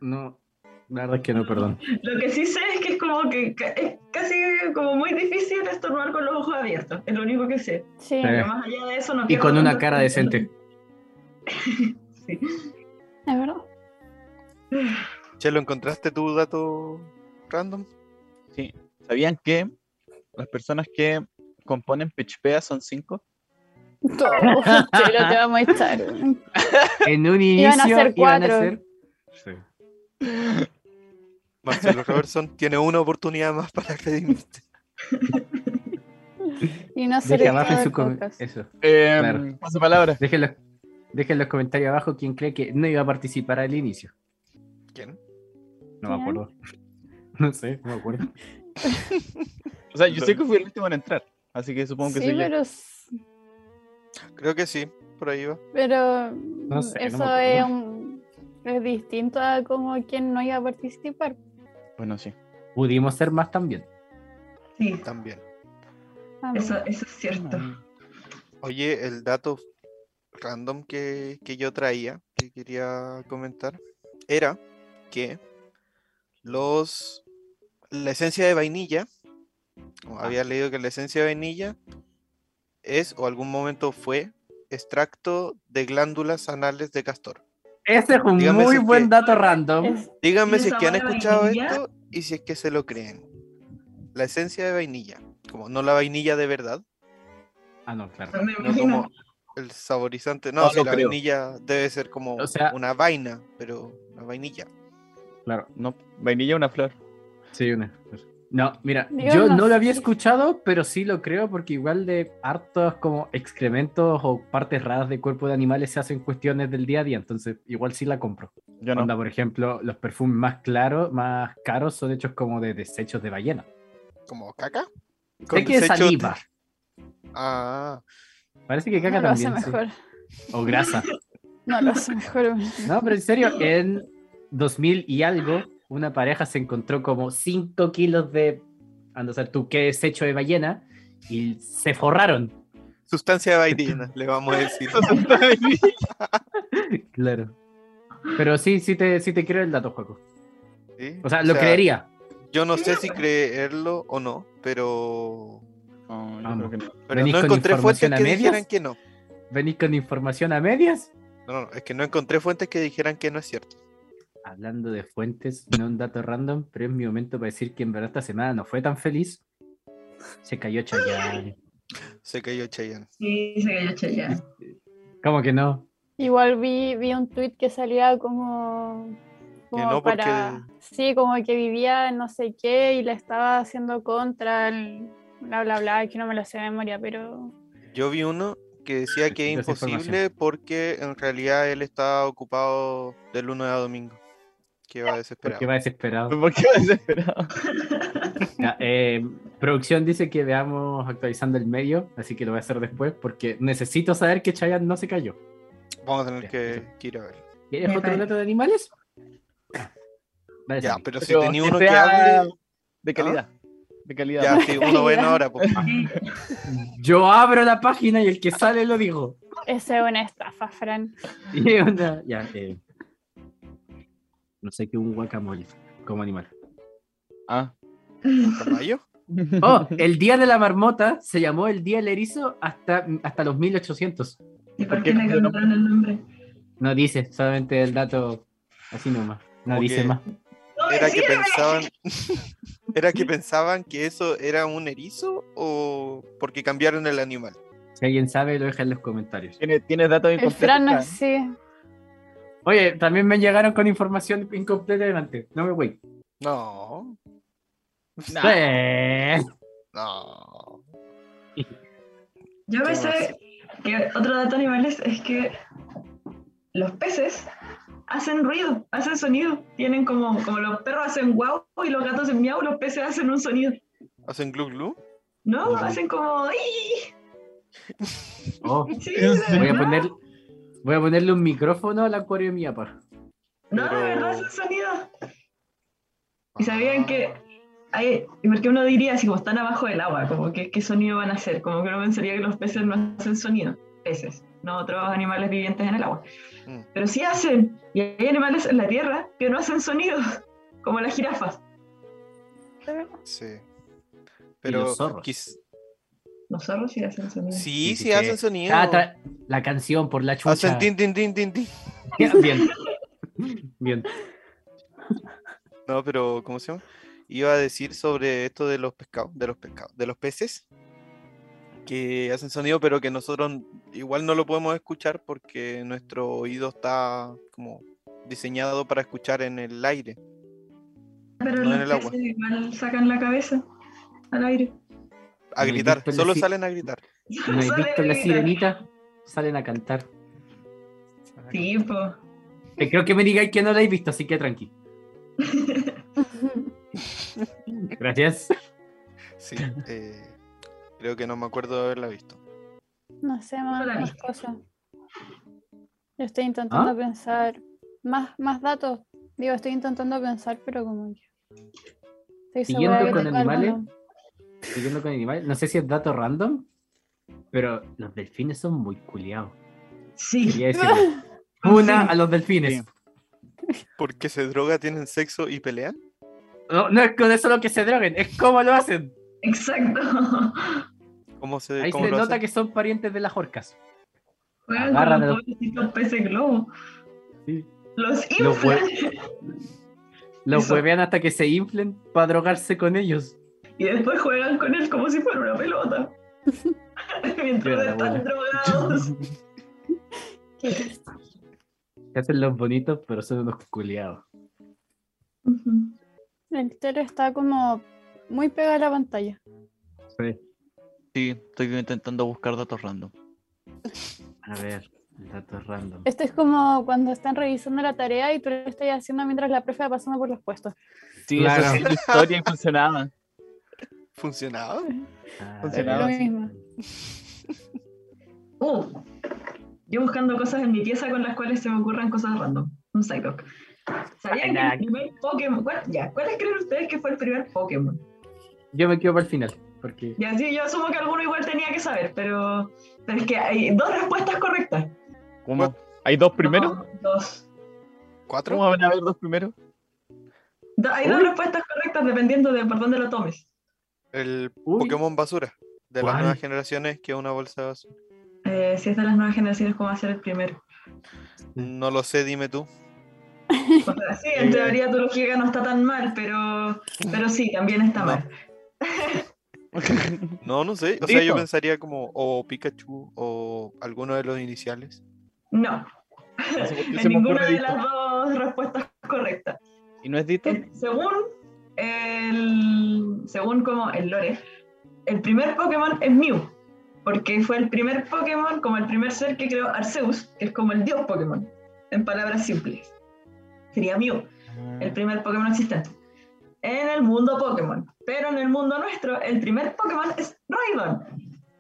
Speaker 2: No, la verdad es que no, perdón.
Speaker 3: Lo que sí sé es que es como que ca- es casi como muy difícil estornudar con los ojos abiertos. Es lo único que sé.
Speaker 6: Sí.
Speaker 2: Sí.
Speaker 3: Pero más allá de eso no
Speaker 2: Y
Speaker 3: pierdo
Speaker 2: con una
Speaker 3: tanto
Speaker 2: cara
Speaker 3: tiempo.
Speaker 2: decente.
Speaker 3: Sí.
Speaker 6: Es verdad.
Speaker 1: Che, ¿lo encontraste tu dato random?
Speaker 4: Sí. ¿Sabían que las personas que componen Pichpea son cinco?
Speaker 6: Todo, chelo, te vamos a echar.
Speaker 2: En un inicio
Speaker 6: Iban a ser cuatro.
Speaker 1: Marcelo Robertson tiene una oportunidad más para redimirte.
Speaker 6: Y no se
Speaker 2: Deje
Speaker 6: le
Speaker 2: abajo en
Speaker 6: queda
Speaker 2: su
Speaker 6: el
Speaker 2: com-
Speaker 6: podcast.
Speaker 2: eso.
Speaker 4: Eh,
Speaker 2: Claro.
Speaker 4: Paso palabra.
Speaker 2: Dejen los, dejen los comentarios abajo quien cree que no iba a participar al inicio.
Speaker 1: ¿Quién?
Speaker 2: No me
Speaker 6: Ya.
Speaker 2: acuerdo. No sé, no me acuerdo.
Speaker 4: O sea, yo sé que fui el último en entrar, así que supongo que
Speaker 6: Sí,
Speaker 4: soy yo.
Speaker 6: pero, s-
Speaker 1: Creo que sí, por ahí va.
Speaker 6: pero
Speaker 2: sé, no
Speaker 6: eso
Speaker 2: me
Speaker 6: es,
Speaker 2: acuerdo.
Speaker 6: un- es distinto a como quien no iba a participar.
Speaker 4: Bueno, sí.
Speaker 2: Pudimos ser más también.
Speaker 3: Sí,
Speaker 1: También.
Speaker 6: Ah,
Speaker 3: eso, eso es cierto.
Speaker 1: Oye, el dato random que, que yo traía, que quería comentar, era que los la esencia de vainilla, o
Speaker 3: Ah.
Speaker 1: había leído que la esencia de vainilla es, o algún momento fue, extracto de glándulas anales de castor.
Speaker 2: Ese es un
Speaker 1: Dígame
Speaker 2: muy
Speaker 1: si es
Speaker 2: buen
Speaker 1: que-
Speaker 2: dato random.
Speaker 6: es-
Speaker 1: Díganme
Speaker 3: ¿Y
Speaker 1: si es
Speaker 3: el
Speaker 1: que han
Speaker 3: sabor a
Speaker 1: escuchado
Speaker 3: vainilla?
Speaker 1: esto y si es que se lo creen. La esencia de vainilla, como no la vainilla de verdad,
Speaker 2: Ah, no, claro.
Speaker 3: Me
Speaker 1: No
Speaker 3: imagino.
Speaker 1: como el saborizante. No,
Speaker 4: No
Speaker 1: sí,
Speaker 4: lo
Speaker 1: la
Speaker 4: creo.
Speaker 1: vainilla debe ser como
Speaker 2: O sea-
Speaker 1: una vaina, pero una vainilla.
Speaker 2: claro.
Speaker 4: No, vainilla una flor.
Speaker 2: Sí, una. No, mira,
Speaker 6: Digo,
Speaker 2: yo
Speaker 6: no
Speaker 2: no lo había
Speaker 6: sé.
Speaker 2: escuchado, pero sí lo creo porque igual de hartos como excrementos o partes raras del cuerpo de animales se hacen cuestiones del día a día, entonces igual sí la compro.
Speaker 4: Yo no.
Speaker 2: Onda, por ejemplo, los perfumes más claros, más caros son hechos como de desechos de ballena.
Speaker 1: ¿Como caca?
Speaker 2: Sé que es
Speaker 1: desecho-
Speaker 2: saliva.
Speaker 1: Ah,
Speaker 2: Parece que caca
Speaker 6: no lo hace
Speaker 2: también. sí.
Speaker 6: mejor.
Speaker 2: O grasa.
Speaker 6: No lo hace mejor.
Speaker 2: No, pero en serio, en 2000 y algo, una pareja se encontró como 5 kilos de, anda a saber tú qué desecho de ballena, y se forraron.
Speaker 1: sustancia de vainilla, le vamos a decir.
Speaker 2: Claro. Pero sí, sí te, sí te creo el dato, Juaco.
Speaker 1: ¿sí?
Speaker 2: O sea, lo creería.
Speaker 1: Yo no sé si creerlo o no, pero,
Speaker 4: No, yo
Speaker 2: Vamos.
Speaker 4: creo que no.
Speaker 1: pero
Speaker 2: ¿Venís
Speaker 1: no
Speaker 2: con
Speaker 1: encontré fuentes
Speaker 2: información a
Speaker 1: que
Speaker 2: medias?
Speaker 1: dijeran que no.
Speaker 2: ¿Venís con información a medias?
Speaker 1: No, no, es que no encontré fuentes que dijeran que no es cierto.
Speaker 2: Hablando de fuentes, no un dato random, pero es mi momento para decir que en verdad esta semana no fue tan feliz. Se cayó Chayanne.
Speaker 1: Se cayó Cheyenne.
Speaker 3: Sí, se cayó Chayanne.
Speaker 2: ¿Cómo que no?
Speaker 6: Igual vi, vi un tweet que salía como, como
Speaker 1: no, porque-
Speaker 6: para. Sí, como que vivía en no sé qué y la estaba haciendo contra el bla bla bla, es que no me lo sé de memoria, pero.
Speaker 1: Yo vi uno que decía que es
Speaker 2: Desinformación.
Speaker 1: imposible porque en realidad él está ocupado de lunes a domingo. Que va desesperado.
Speaker 2: Porque va desesperado.
Speaker 4: ¿Por qué desesperado?
Speaker 2: Ya, eh, producción dice que veamos actualizando el medio, así que lo voy a hacer después porque necesito saber que Chayanne no se cayó.
Speaker 1: Vamos a tener
Speaker 2: Ya,
Speaker 1: que,
Speaker 2: eso.
Speaker 1: que ir a ver.
Speaker 2: ¿Quieres
Speaker 3: Me
Speaker 2: otro
Speaker 3: parece.
Speaker 2: dato de animales? Dale,
Speaker 1: Ya,
Speaker 2: Sammy.
Speaker 1: pero si
Speaker 4: Pero
Speaker 1: tenía
Speaker 4: que
Speaker 1: uno que
Speaker 4: sea
Speaker 1: hable.
Speaker 4: De calidad. De calidad.
Speaker 1: Ya, sí, uno bueno
Speaker 6: calidad.
Speaker 1: ahora, pues.
Speaker 3: Sí.
Speaker 2: Yo abro la página y el que sale lo digo.
Speaker 6: Esa es una estafa, Fran.
Speaker 2: Y es una- ya, eh, No sé qué un guacamole como animal.
Speaker 4: Ah.
Speaker 1: ¿Caballo?
Speaker 2: Oh, el día de la marmota se llamó el día del erizo hasta, hasta los 1800.
Speaker 3: ¿Y
Speaker 4: ¿Por
Speaker 3: por
Speaker 4: qué
Speaker 3: qué le
Speaker 4: cambiaron?
Speaker 3: cambiaron el nombre?
Speaker 2: No dice, solamente el dato así nomás. No
Speaker 1: Ok.
Speaker 2: dice más.
Speaker 3: ¡No me
Speaker 1: Era que
Speaker 3: sirve!
Speaker 1: pensaban. Era que pensaban que eso era un erizo o porque cambiaron el animal.
Speaker 2: Si alguien sabe, lo deja en los comentarios.
Speaker 4: ¿Tienes, tienes datos
Speaker 6: El
Speaker 4: incompletos.
Speaker 6: Fran no
Speaker 4: Fran?
Speaker 6: existe.
Speaker 2: Oye, también me llegaron con información incompleta delante. No me voy.
Speaker 1: No.
Speaker 4: Nah.
Speaker 2: Eh,
Speaker 1: No.
Speaker 3: Yo
Speaker 1: ¿Qué
Speaker 3: pensé que otro dato animales es que los peces hacen ruido, hacen sonido. Tienen como, como los perros hacen guau y los gatos hacen miau, los peces hacen un sonido.
Speaker 1: ¿Hacen glu glu?
Speaker 3: ¿No?
Speaker 2: Ujú.
Speaker 3: Hacen como... "Ay".
Speaker 2: Oh,
Speaker 3: Sí,
Speaker 7: ¿En
Speaker 3: de
Speaker 7: serio?
Speaker 2: voy, a
Speaker 3: verdad.
Speaker 2: poner, voy a ponerle un micrófono al acuario de mi papá.
Speaker 3: No,
Speaker 1: Pero-
Speaker 3: de verdad hacen sonido. ¿Y
Speaker 1: Ah,
Speaker 3: sabían que hay, porque uno diría, si como están abajo del agua, como que qué sonido van a hacer, como que uno pensaría que los peces no hacen sonido, peces, no otros animales vivientes en el agua.
Speaker 1: Mm.
Speaker 3: Pero sí hacen, y hay animales en la tierra que no hacen sonido, como las jirafas,
Speaker 1: Sí. Pero
Speaker 2: los zorros.
Speaker 1: quiz-
Speaker 3: los zorros sí hacen sonido.
Speaker 1: sí,
Speaker 2: Y
Speaker 1: sí
Speaker 2: que-
Speaker 1: hacen sonido.
Speaker 2: Ah, tra- la canción por la chucha.
Speaker 1: Hacen tin, tin, tin, tin, tin.
Speaker 2: Bien. Bien.
Speaker 1: No, pero ¿cómo se llama? Iba a decir sobre esto de los pescados, de los pescados, de los peces que hacen sonido, pero que nosotros igual no lo podemos escuchar porque nuestro oído está como diseñado para escuchar en el aire.
Speaker 3: Pero
Speaker 1: no
Speaker 3: los
Speaker 1: en el agua.
Speaker 3: peces igual sacan la cabeza al aire.
Speaker 1: A
Speaker 2: No he
Speaker 1: gritar,
Speaker 2: visto el
Speaker 1: solo
Speaker 2: fi-
Speaker 1: salen a gritar.
Speaker 2: ¿No he
Speaker 3: Salen
Speaker 2: visto
Speaker 3: a
Speaker 2: la
Speaker 3: gritar.
Speaker 2: sirenita? Salen a cantar.
Speaker 3: Sí, po.
Speaker 2: Eh, Creo que me digáis que no la he visto, así que tranqui. Gracias.
Speaker 1: Sí, eh, creo que no me acuerdo de haberla visto.
Speaker 6: No sé,
Speaker 3: No
Speaker 6: más,
Speaker 3: la
Speaker 6: más
Speaker 3: vi.
Speaker 6: cosas. Yo estoy intentando
Speaker 2: ¿Ah?
Speaker 6: pensar más, más datos. Digo, estoy intentando pensar, pero como que. Estoy
Speaker 2: Siguiendo
Speaker 6: segura que
Speaker 2: con
Speaker 6: tengo
Speaker 2: animales.
Speaker 6: alguno.
Speaker 2: Siguiendo con animales, no sé si es dato random, pero los delfines son muy culiados.
Speaker 3: Sí.
Speaker 2: Quería decirlo. Una a los delfines.
Speaker 1: Porque se droga, tienen sexo y pelean.
Speaker 2: No, no es con eso lo que se droguen, es cómo lo hacen.
Speaker 3: Exacto.
Speaker 1: ¿Cómo se,
Speaker 2: Ahí se
Speaker 1: cómo lo
Speaker 2: nota
Speaker 1: hacen?
Speaker 2: que son parientes de las orcas.
Speaker 3: Juegan
Speaker 2: Agarran
Speaker 3: con
Speaker 2: a
Speaker 3: los
Speaker 2: los-
Speaker 3: pobrecitos peces globo.
Speaker 2: Sí.
Speaker 3: Los
Speaker 2: Los
Speaker 3: inflan.
Speaker 2: Los
Speaker 3: Eso.
Speaker 2: huevean hasta que se inflen para drogarse con ellos.
Speaker 3: y después juegan con él como si fuera una pelota.
Speaker 2: Pero
Speaker 3: Mientras
Speaker 2: la
Speaker 3: están
Speaker 2: buena.
Speaker 3: drogados.
Speaker 6: Qué triste.
Speaker 2: Se hacen los bonitos, pero son unos culiados.
Speaker 3: Ujú.
Speaker 6: El tele está como muy pegado a la pantalla.
Speaker 4: Sí, estoy intentando buscar datos random.
Speaker 2: A ver, datos random.
Speaker 6: Esto es como cuando están revisando la tarea y tú lo estás haciendo mientras la profe va pasando por los puestos.
Speaker 4: Sí,
Speaker 2: Claro.
Speaker 4: esa es la historia y funcionaba.
Speaker 1: ¿Funcionaba?
Speaker 2: Ah,
Speaker 4: funcionaba.
Speaker 6: Lo mismo.
Speaker 3: Uh, yo buscando cosas en mi pieza con las cuales se me ocurran cosas random. Un Psylocke.
Speaker 2: Ay,
Speaker 3: ¿Sabían que
Speaker 2: nada.
Speaker 3: el primer Pokémon... cuál- ya, ¿cuáles creen ustedes que fue el primer Pokémon?
Speaker 2: Yo me quedo para el final, porque
Speaker 3: Ya, sí, yo asumo que alguno igual tenía que saber, pero, pero es que hay dos respuestas correctas.
Speaker 4: ¿Cómo? ¿Hay dos primeros?
Speaker 3: No, dos.
Speaker 1: ¿Cuatro?
Speaker 4: ¿Cómo van a haber dos primeros?
Speaker 3: Do- hay dos respuestas correctas dependiendo de por dónde lo tomes.
Speaker 1: El
Speaker 2: Uy.
Speaker 1: Pokémon basura de las
Speaker 2: ¿Cuál?
Speaker 1: nuevas generaciones que es una bolsa de basura.
Speaker 3: Eh, si es de las nuevas generaciones, ¿cómo va a ser el primero?
Speaker 4: Mm.
Speaker 1: No lo sé, dime tú.
Speaker 3: O sea, sí,
Speaker 4: Eh,
Speaker 3: en teoría tu lógica no está tan mal, pero, pero sí, también está
Speaker 1: No.
Speaker 3: mal.
Speaker 1: No, no sé. O sea, yo
Speaker 4: Listo.
Speaker 1: pensaría como o Pikachu o alguno de los iniciales.
Speaker 3: No,
Speaker 4: No sé por qué
Speaker 3: en
Speaker 4: se me
Speaker 3: ninguna
Speaker 4: ocurre
Speaker 3: de
Speaker 4: Dito.
Speaker 3: las dos respuestas correctas.
Speaker 4: ¿Y no es Dito?
Speaker 3: Eh, Según el, según como el lore, el primer Pokémon es Mew, porque fue el primer Pokémon, como el primer ser que creó Arceus, que es como el dios Pokémon, en palabras simples. Sería Mew. el primer Pokémon existente. En el mundo Pokémon. Pero en el mundo nuestro, el primer Pokémon es Raidon.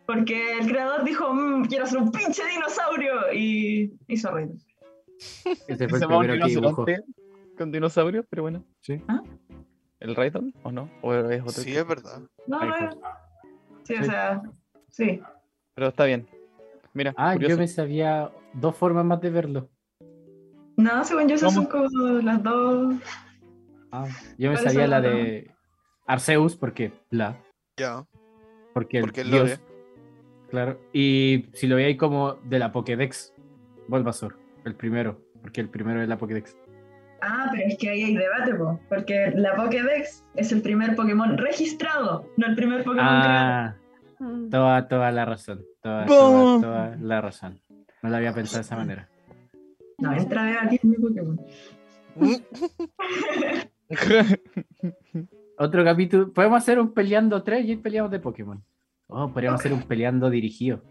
Speaker 3: Porque el creador dijo, "Mm, quiero ser un pinche dinosaurio. Y hizo Raidon.
Speaker 2: ese Este fue
Speaker 4: Se
Speaker 2: el
Speaker 4: llama un
Speaker 2: primero que dibujó.
Speaker 4: rinoceronte con dinosaurios, pero bueno.
Speaker 2: Sí.
Speaker 3: ¿Ah?
Speaker 4: ¿El Raidon o no? ¿O es otro
Speaker 1: Sí,
Speaker 4: que-
Speaker 1: es verdad.
Speaker 3: No,
Speaker 4: Ahí
Speaker 3: no,
Speaker 4: fue.
Speaker 3: sí, o
Speaker 4: Sí.
Speaker 3: sea, sí.
Speaker 4: Pero está bien. Mira,
Speaker 2: Ah,
Speaker 4: curioso.
Speaker 2: yo me sabía dos formas más de verlo.
Speaker 3: No, según yo, esas
Speaker 4: ¿Cómo?
Speaker 3: son como las dos.
Speaker 2: Ah, yo me
Speaker 3: ¿Cuáles
Speaker 2: sabía
Speaker 3: son
Speaker 2: la
Speaker 3: las
Speaker 2: de Arceus, porque la,
Speaker 1: Ya.
Speaker 2: porque el,
Speaker 1: Porque el
Speaker 2: dios, claro. Y si lo veía como de la Pokédex, Bulbasaur, el primero, porque el primero es la Pokédex.
Speaker 3: Ah, pero es que ahí hay debate, po, porque la Pokédex es el primer Pokémon registrado, no el primer Pokémon creado.
Speaker 2: Ah,
Speaker 6: Mm.
Speaker 2: toda, toda la razón, toda, toda,
Speaker 4: Boom.
Speaker 2: toda la razón. No la había pensado de esa manera.
Speaker 3: No, entra
Speaker 1: Mm.
Speaker 3: a debatir mi Pokémon.
Speaker 2: Otro capítulo. Podemos hacer un peleando 3 y ir peleando de Pokémon. Oh, podríamos hacer un peleando dirigido.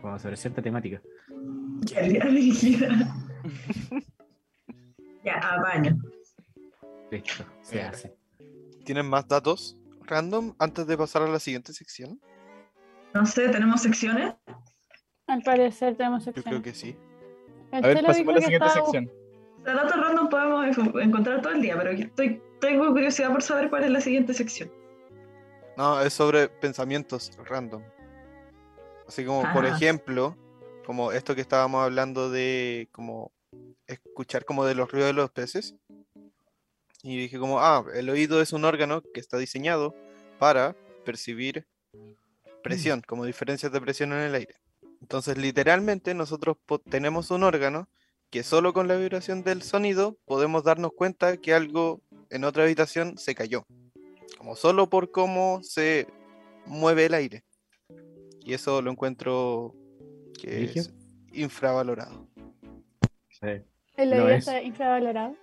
Speaker 2: Como sobre cierta temática.
Speaker 3: Calidad dirigida. ya, apaño.
Speaker 2: Listo, se
Speaker 1: Mira.
Speaker 2: hace.
Speaker 1: ¿Tienen más datos random antes de pasar a la siguiente sección?
Speaker 3: No sé, ¿tenemos secciones?
Speaker 6: Al parecer tenemos
Speaker 1: Yo
Speaker 6: sección.
Speaker 1: creo que sí.
Speaker 6: El
Speaker 4: A ver,
Speaker 6: Chelo
Speaker 4: pasemos
Speaker 6: Este dijo
Speaker 4: a la
Speaker 6: que
Speaker 4: siguiente
Speaker 6: estaba
Speaker 4: sección.
Speaker 3: O sea, datos random podemos en- encontrar todo el día, pero yo estoy, tengo curiosidad por saber cuál es la siguiente sección.
Speaker 1: No, es sobre pensamientos random. Así como, por
Speaker 3: Ah.
Speaker 1: ejemplo, como esto que estábamos hablando de como escuchar como de los ruidos de los peces. Y dije como, ah, el oído es un órgano que está diseñado para percibir presión, como diferencias de presión en el aire. Entonces, literalmente, nosotros po- tenemos un órgano que solo con la vibración del sonido podemos darnos cuenta que algo en otra habitación se cayó. Como solo por cómo se mueve el aire. Y eso lo encuentro que
Speaker 2: ¿Brigio?
Speaker 1: es infravalorado.
Speaker 2: Sí.
Speaker 6: El
Speaker 2: Lo
Speaker 6: oído
Speaker 2: es.
Speaker 6: está infravalorado,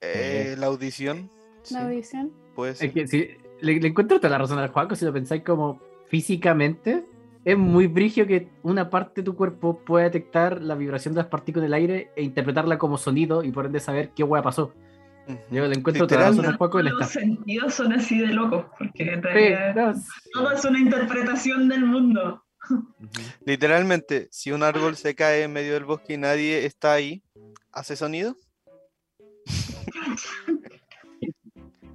Speaker 1: Eh, la audición. sí,
Speaker 6: la audición.
Speaker 1: puede
Speaker 2: Es
Speaker 1: ser.
Speaker 2: que si- le, le encuentro toda la razón al Juaco si lo pensáis como físicamente. Es muy brigio que una parte de tu cuerpo pueda detectar la vibración de las partículas del aire e interpretarla como sonido y por ende saber qué hueá pasó.
Speaker 1: Ujú.
Speaker 2: Yo le encuentro toda la razón al
Speaker 1: Literalmente.
Speaker 2: Juaco en esta.
Speaker 3: Los sentidos son así de locos, porque en
Speaker 2: Sí,
Speaker 3: realidad
Speaker 2: no,
Speaker 3: todo es una interpretación del mundo.
Speaker 1: Literalmente, si un árbol se cae en medio del bosque y nadie está ahí, ¿hace sonido?
Speaker 2: no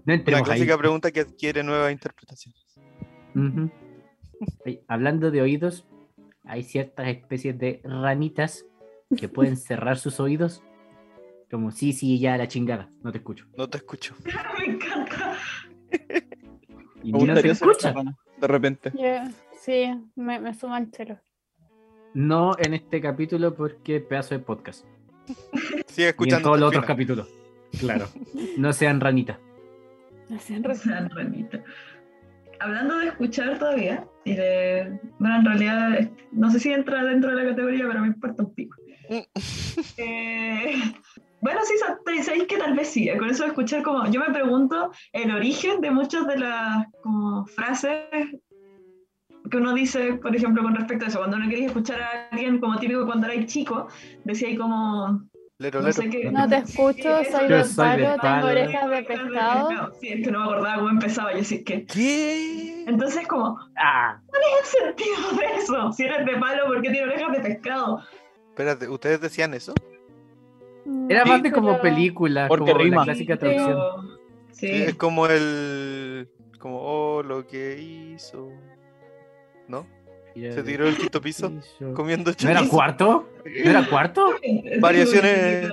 Speaker 1: La
Speaker 2: entremos ahí.
Speaker 1: clásica pregunta que adquiere nueva interpretación.
Speaker 2: Ujú. Oye, Hablando de oídos, hay ciertas especies de ranitas que pueden cerrar sus oídos. Como, sí, sí, ya la chingada, no te escucho.
Speaker 1: No te escucho.
Speaker 3: Me encanta.
Speaker 2: Y no
Speaker 4: Me
Speaker 2: se
Speaker 4: gustaría ser
Speaker 2: escucha.
Speaker 4: rana, de repente.
Speaker 6: Yo- sí, me, me suma el chelo.
Speaker 2: No en este capítulo porque pedazo de podcast.
Speaker 1: Sigue
Speaker 2: Y en
Speaker 1: escuchando.
Speaker 2: todos los
Speaker 1: hasta el
Speaker 2: otros capítulos. Claro. No sean ranitas.
Speaker 6: Hacen
Speaker 3: O sea, no, bonito. Hablando de escuchar todavía, y de- bueno, en realidad eh, no sé si entra dentro de la categoría, pero me importa un pico. Eh, bueno, sí, sa- te- sabéis que tal vez sí, eh, con eso de escuchar como, yo me pregunto el origen de muchas de las como, frases que uno dice, por ejemplo, con respecto a eso, cuando uno quería escuchar a alguien, como típico cuando era chico, decía como,
Speaker 1: Lero,
Speaker 3: no
Speaker 1: lero.
Speaker 3: sé qué-
Speaker 6: No te escucho,
Speaker 3: Sí,
Speaker 6: soy
Speaker 2: Yo
Speaker 6: de
Speaker 2: soy de
Speaker 6: palo,
Speaker 2: palo.
Speaker 6: tengo orejas de pescado.
Speaker 3: Sí, es que no me acordaba cómo empezaba, yo sí que.
Speaker 1: ¿Qué?
Speaker 3: Entonces, como,
Speaker 2: Ah,
Speaker 3: ¿qué sentido de eso? Si eres de palo, ¿por qué tiene orejas de pescado?
Speaker 1: Espérate, ¿ustedes decían eso?
Speaker 2: era
Speaker 6: Mm,
Speaker 2: más de como
Speaker 6: pero-
Speaker 2: película,
Speaker 4: Porque
Speaker 2: como
Speaker 4: rima.
Speaker 2: la clásica
Speaker 6: Sí.
Speaker 2: traducción.
Speaker 3: Pero-
Speaker 1: Sí,
Speaker 3: Sí.
Speaker 1: Es como el. Como, oh, lo que hizo. ¿No? Se tiró el quinto piso comiendo
Speaker 2: ¿No era
Speaker 1: chorizo.
Speaker 2: cuarto? ¿No era cuarto?
Speaker 1: Variaciones.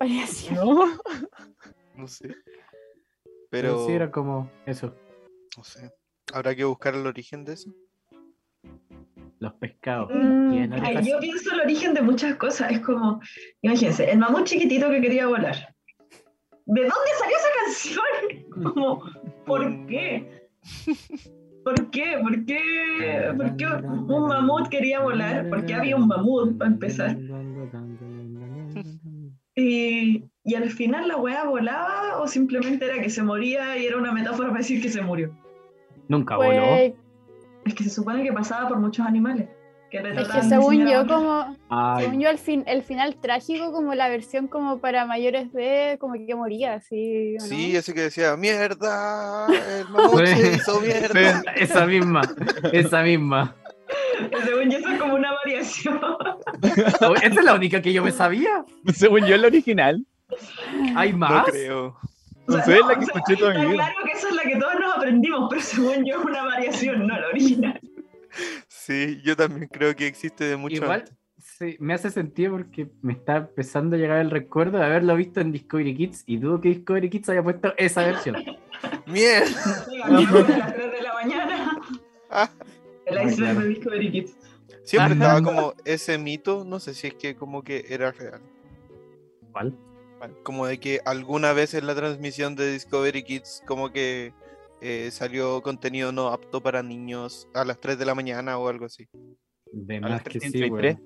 Speaker 6: Variación.
Speaker 4: No.
Speaker 1: No sé.
Speaker 2: Pero
Speaker 1: Pero.
Speaker 2: sí, era como eso.
Speaker 1: No sé. Habrá que buscar el origen de eso.
Speaker 2: Los pescados.
Speaker 6: Mm,
Speaker 2: Tienen orejas.
Speaker 3: Ay, yo pienso el origen de muchas cosas. Es como, imagínense, el mamut chiquitito que quería volar. ¿De dónde salió esa canción? Como, ¿por qué? ¿Por qué? ¿Por qué? ¿Por qué un mamut quería volar? ¿Por qué había un mamut para empezar? Y, y al final la wea volaba o simplemente era que se moría y era una metáfora para decir que se murió.
Speaker 2: Nunca voló.
Speaker 6: Pues,
Speaker 3: Es que se supone que pasaba por muchos animales. Que le
Speaker 6: es
Speaker 3: trataban
Speaker 6: que
Speaker 3: de
Speaker 6: según
Speaker 3: enseñar
Speaker 6: yo,
Speaker 3: a volar.
Speaker 6: como,
Speaker 2: Ay,
Speaker 6: según yo, el, fin, el final trágico, como la versión como para mayores de, como que moría, así. ¿o no?
Speaker 1: Sí, ese que decía, ¡mierda! El mamut se hizo mierda.
Speaker 2: esa misma, esa misma.
Speaker 3: Según yo, eso es como una variación.
Speaker 2: Esa es la única que yo me sabía.
Speaker 4: Según yo, el original.
Speaker 2: Hay
Speaker 1: No
Speaker 2: más.
Speaker 1: creo.
Speaker 4: No
Speaker 3: O sea,
Speaker 4: sé, es
Speaker 3: no,
Speaker 4: la que
Speaker 3: o sea,
Speaker 4: escuché toda mi
Speaker 3: Está
Speaker 4: vida.
Speaker 3: claro que esa es la que todos nos aprendimos, pero según yo es una variación, no la original.
Speaker 1: Sí, yo también creo que existe de mucho
Speaker 2: Igual
Speaker 1: antes.
Speaker 2: sí, me hace sentido porque me está empezando a llegar el recuerdo de haberlo visto en Discovery Kids y dudo que Discovery Kids haya puesto esa versión.
Speaker 1: ¡Mierda!
Speaker 3: Oiga, mi abuela a las 3 de la mañana. El
Speaker 2: Ah,
Speaker 3: iceberg
Speaker 2: claro.
Speaker 3: de Discovery Kids.
Speaker 1: Siempre
Speaker 2: Ajá.
Speaker 1: estaba como ese mito, no sé si es que como que era real.
Speaker 2: ¿Cuál?
Speaker 1: Como de que alguna vez en la transmisión de Discovery Kids como que eh, salió contenido no apto para niños a las 3 de la mañana o algo así.
Speaker 2: De
Speaker 4: las
Speaker 2: más que sí,
Speaker 4: 3:33.
Speaker 2: weón.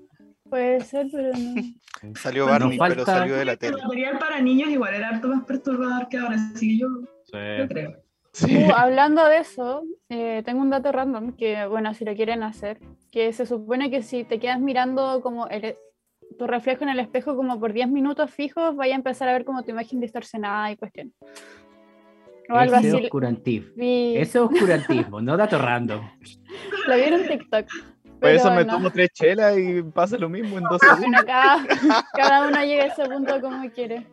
Speaker 6: Puede ser, pero no.
Speaker 1: Salió
Speaker 2: Bueno,
Speaker 1: Barney, pero
Speaker 2: falta-
Speaker 1: salió de la
Speaker 3: El
Speaker 1: tele.
Speaker 3: material para niños igual era harto más perturbador que ahora, así que yo
Speaker 4: Eh.
Speaker 3: yo creo.
Speaker 4: Sí.
Speaker 6: Uh, hablando de eso, eh, tengo un dato random que, bueno, si lo quieren hacer, que se supone que si te quedas mirando como el- e, tu reflejo en el espejo como por 10 minutos fijos, vaya a empezar a ver como tu imagen distorsionada y cuestión. O algo
Speaker 2: Ese
Speaker 6: así.
Speaker 2: oscurantismo.
Speaker 6: Vi-
Speaker 2: Ese oscurantismo, no dato random.
Speaker 6: Lo vi en un TikTok.
Speaker 4: Por pues eso
Speaker 6: pero
Speaker 4: me
Speaker 6: no.
Speaker 4: tomo tres chelas y pasa lo mismo en dos segundos.
Speaker 6: Bueno, cada, cada uno llega a ese punto como quiere.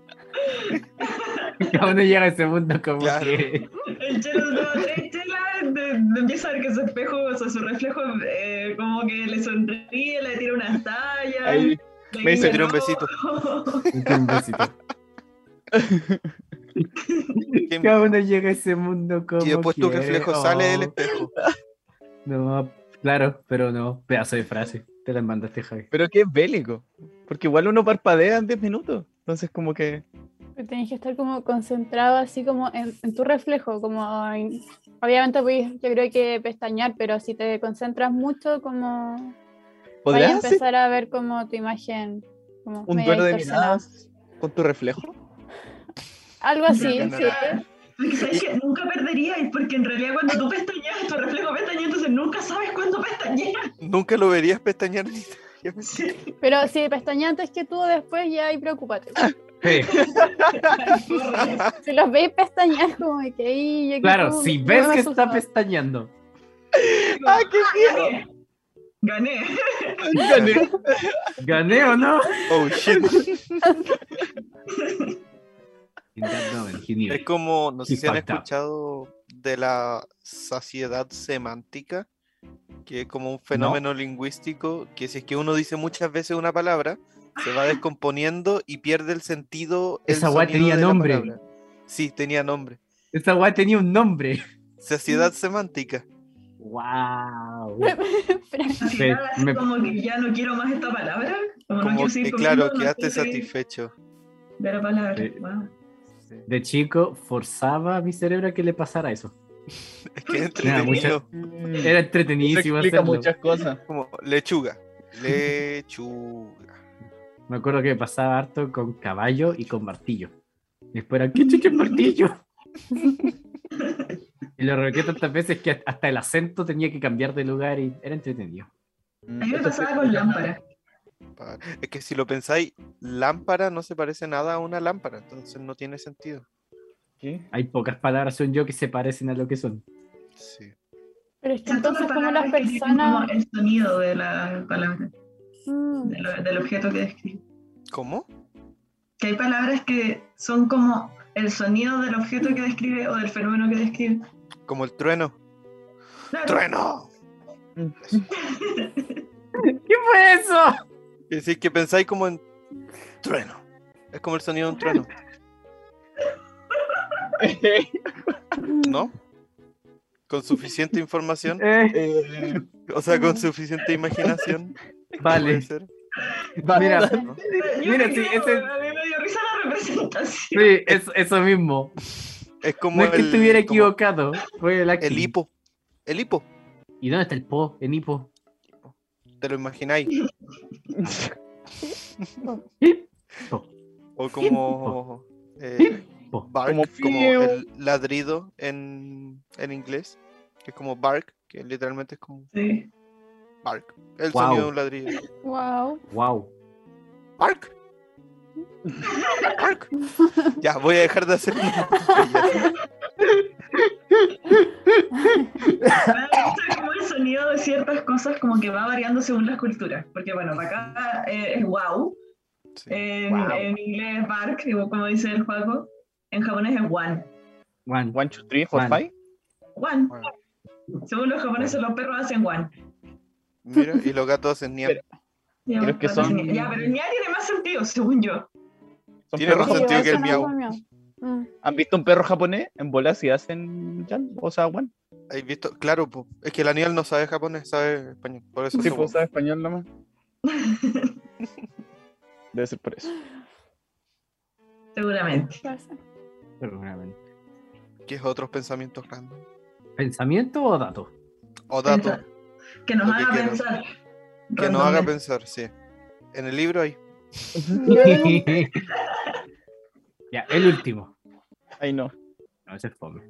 Speaker 2: Cada uno llega a ese mundo como
Speaker 1: Claro.
Speaker 2: que.
Speaker 3: El chelo de nuevo, tres chelas, de- de- empieza a ver que su espejo, o sea, su reflejo, eh, como que le sonríe, le tira unas tallas.
Speaker 4: Ahí
Speaker 3: le
Speaker 4: me dice,
Speaker 1: tira
Speaker 3: guiña
Speaker 1: un
Speaker 3: el
Speaker 1: besito.
Speaker 3: ojo.
Speaker 2: Un besito.
Speaker 1: ¿Quién-
Speaker 2: Cada uno llega a ese mundo como
Speaker 1: Y después tu
Speaker 2: quiere.
Speaker 1: reflejo sale del
Speaker 2: Oh,
Speaker 1: espejo.
Speaker 2: No, claro, pero no. Pedazo de frase. Te la mandaste, Javi.
Speaker 4: Pero que es bélico. Porque igual uno parpadea en 10 minutos. Entonces, como que.
Speaker 6: Tienes que estar como concentrado así como en, en tu reflejo, como en- obviamente puedes, yo creo que pestañear, pero si te concentras mucho como vaya a
Speaker 4: ¿Podrías hacer
Speaker 6: empezar a ver como tu imagen como
Speaker 4: un
Speaker 6: media
Speaker 4: duelo de
Speaker 6: distorsionada.
Speaker 4: miradas con tu reflejo?
Speaker 6: Algo así,
Speaker 1: Ganar.
Speaker 6: sí.
Speaker 3: Porque sabes que nunca perderías, porque en realidad cuando tú pestañeas, tu reflejo pestañea, entonces nunca sabes cuándo pestañeas.
Speaker 1: Nunca lo verías pestañear. ni- Ya me-
Speaker 3: Sí.
Speaker 6: Pero si pestañeas antes que tú, después ya ahí preocúpate.
Speaker 2: Sí,
Speaker 6: Si los veis pestañear, como que ahí yo
Speaker 2: claro,
Speaker 6: como-
Speaker 2: si
Speaker 6: no
Speaker 2: ves
Speaker 6: me
Speaker 2: que
Speaker 6: asusta.
Speaker 2: está pestañeando.
Speaker 4: ¡Ah, qué
Speaker 3: Gané. Gané.
Speaker 4: bien!
Speaker 2: ¿Gané o no?
Speaker 1: Oh shit.
Speaker 2: In that moment, he knew.
Speaker 1: Es como, no sé
Speaker 2: Sí,
Speaker 1: si han
Speaker 2: falta.
Speaker 1: escuchado de la saciedad semántica, que es como un fenómeno lingüístico que si es que uno dice muchas veces una palabra, se va descomponiendo y pierde el sentido. el
Speaker 2: Ah. Esa weá
Speaker 1: sonido
Speaker 2: tenía
Speaker 1: de la
Speaker 2: nombre.
Speaker 1: palabra. Sí, tenía nombre.
Speaker 2: Esta weá tenía un nombre. Mm.
Speaker 1: Saciedad semántica.
Speaker 2: ¡Wow!
Speaker 6: Pero-
Speaker 3: Al final, así
Speaker 2: me-
Speaker 3: como que ya no quiero más esta palabra. Como, no
Speaker 1: Como
Speaker 3: quiero seguir
Speaker 1: que, claro,
Speaker 3: comiendo, no
Speaker 1: quedaste
Speaker 3: quiero seguir
Speaker 1: satisfecho.
Speaker 3: De la palabra.
Speaker 2: Sí.
Speaker 3: Wow.
Speaker 2: De chico, forzaba a mi cerebro a que le pasara eso.
Speaker 1: Es que es
Speaker 2: Era,
Speaker 1: entretenido.
Speaker 4: Mm.
Speaker 2: era
Speaker 4: Eso
Speaker 2: entretenidísimo
Speaker 4: explica
Speaker 2: hacerlo.
Speaker 4: muchas cosas.
Speaker 1: Como lechuga. Lechuga.
Speaker 2: Me acuerdo que me pasaba harto con caballo y con martillo. Y después era, ¿qué chucho es martillo? y lo repetí tantas veces que hasta el acento tenía que cambiar de lugar y era entretenido.
Speaker 3: A mí me pasaba con lámpara.
Speaker 1: Pa- Es que si lo pensáis, lámpara no se parece nada a una lámpara, entonces no tiene sentido.
Speaker 4: ¿Qué?
Speaker 2: Hay pocas palabras, son yo, que se parecen a lo que son.
Speaker 1: Sí.
Speaker 6: Pero es que
Speaker 3: Son todas
Speaker 6: entonces como las
Speaker 3: palabras que tienen
Speaker 6: personas...
Speaker 3: como el sonido de la palabra,
Speaker 6: Mm.
Speaker 3: de lo- del objeto que describe.
Speaker 1: ¿Cómo?
Speaker 3: Que hay palabras que son como el sonido del objeto que describe o del fenómeno que describe.
Speaker 1: Como el trueno.
Speaker 3: Claro.
Speaker 1: ¡Trueno!
Speaker 2: ¿Qué fue eso?
Speaker 1: Es decir, que pensáis como en trueno. Es como el sonido de un trueno, ¿no? Con suficiente información,
Speaker 4: Eh,
Speaker 1: o sea, con suficiente imaginación. puede
Speaker 2: vale,
Speaker 1: ser,
Speaker 2: mira,
Speaker 1: ¿no?
Speaker 3: Pero yo
Speaker 2: Mira,
Speaker 3: me
Speaker 2: sí,
Speaker 3: quedo,
Speaker 2: ese-
Speaker 3: A mí me dio risa la representación.
Speaker 2: sí, eso, eso mismo.
Speaker 1: Es como
Speaker 2: No es que
Speaker 1: el,
Speaker 2: estuviera
Speaker 1: como
Speaker 2: equivocado, fue el acting.
Speaker 1: el hipo. El hipo,
Speaker 2: ¿Y dónde está el po? En hipo.
Speaker 1: ¿te lo imagináis?
Speaker 2: Po.
Speaker 1: O como... eh,
Speaker 2: Po.
Speaker 1: bark,
Speaker 4: Como
Speaker 1: como,
Speaker 4: fiu.
Speaker 1: el ladrido en, en inglés, que es como bark, que literalmente es como
Speaker 3: Sí.
Speaker 1: bark. El
Speaker 2: Guau.
Speaker 1: sonido de un ladrido.
Speaker 6: mm, Wow.
Speaker 2: Wow.
Speaker 1: Bark. Bark. Ya, voy a dejar de hacer. estupideces.
Speaker 3: Ah, esto es como el sonido de ciertas cosas como que va variando según las culturas. Porque bueno, para acá eh, es wow.
Speaker 1: Sí.
Speaker 4: Eh.
Speaker 3: En,
Speaker 2: Wow.
Speaker 3: en inglés es bark, digo, como dice el juego. En japonés es one.
Speaker 2: Juan.
Speaker 4: One, two, three, four,
Speaker 2: Juan.
Speaker 4: five.
Speaker 3: One.
Speaker 1: Bueno.
Speaker 3: Según los japoneses, los perros hacen one.
Speaker 1: Mira, y los gatos hacen niam.
Speaker 3: Ya,
Speaker 4: Creo que
Speaker 3: parece
Speaker 4: son-
Speaker 3: que- Ya, pero el ña tiene más sentido, según yo.
Speaker 4: Son
Speaker 1: Tiene
Speaker 4: perros
Speaker 1: razón,
Speaker 4: japoneses.
Speaker 1: tío, que el
Speaker 6: Igual
Speaker 1: miau.
Speaker 6: sonaba miau. Mm.
Speaker 4: ¿Han visto un perro japonés en bola si hacen yan? O sea, one.
Speaker 1: ¿Has visto? Claro, po. es que el Aniel no sabe japonés, sabe español. Por eso
Speaker 4: Sí,
Speaker 1: somos-
Speaker 4: pues sabe español nomás. Debe ser por eso.
Speaker 3: Seguramente.
Speaker 6: Pasa.
Speaker 2: Seguramente.
Speaker 1: que es otros pensamientos random.
Speaker 2: ¿Pensamiento o dato?
Speaker 1: O datos
Speaker 3: Pensa- Que nos
Speaker 1: Lo que
Speaker 3: haga
Speaker 1: quieran.
Speaker 3: pensar.
Speaker 1: que nos haga
Speaker 3: Randommente.
Speaker 1: pensar, sí. En el libro hay.
Speaker 6: Yo tengo un-
Speaker 2: ya, el último.
Speaker 4: Ay, no.
Speaker 2: No, ese es fome.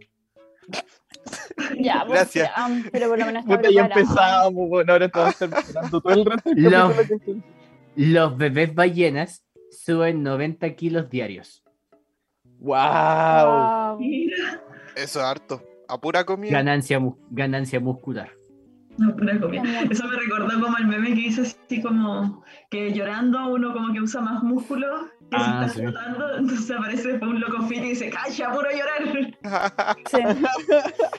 Speaker 6: Ya, pues,
Speaker 1: Gracias.
Speaker 6: ya, um, pero por lo menos está
Speaker 4: Puta, ya
Speaker 6: preparado.
Speaker 4: empezamos, bueno, ahora estamos terminando todo el resto. del
Speaker 2: No.
Speaker 4: capítulo que-
Speaker 2: Los bebés ballenas suben 90 kilos diarios.
Speaker 4: ¡Wow!
Speaker 6: Wow.
Speaker 3: Mira,
Speaker 1: Eso es harto. A pura comida.
Speaker 2: Ganancia, mu- ganancia muscular.
Speaker 3: no, pura comida. Eso me recordó como el meme que hice así como que llorando uno como que usa más músculo que
Speaker 2: Ah,
Speaker 3: si
Speaker 2: sí.
Speaker 3: está llorando, entonces aparece después un loco fit y dice, ¡calla, puro llorar!
Speaker 6: Sí.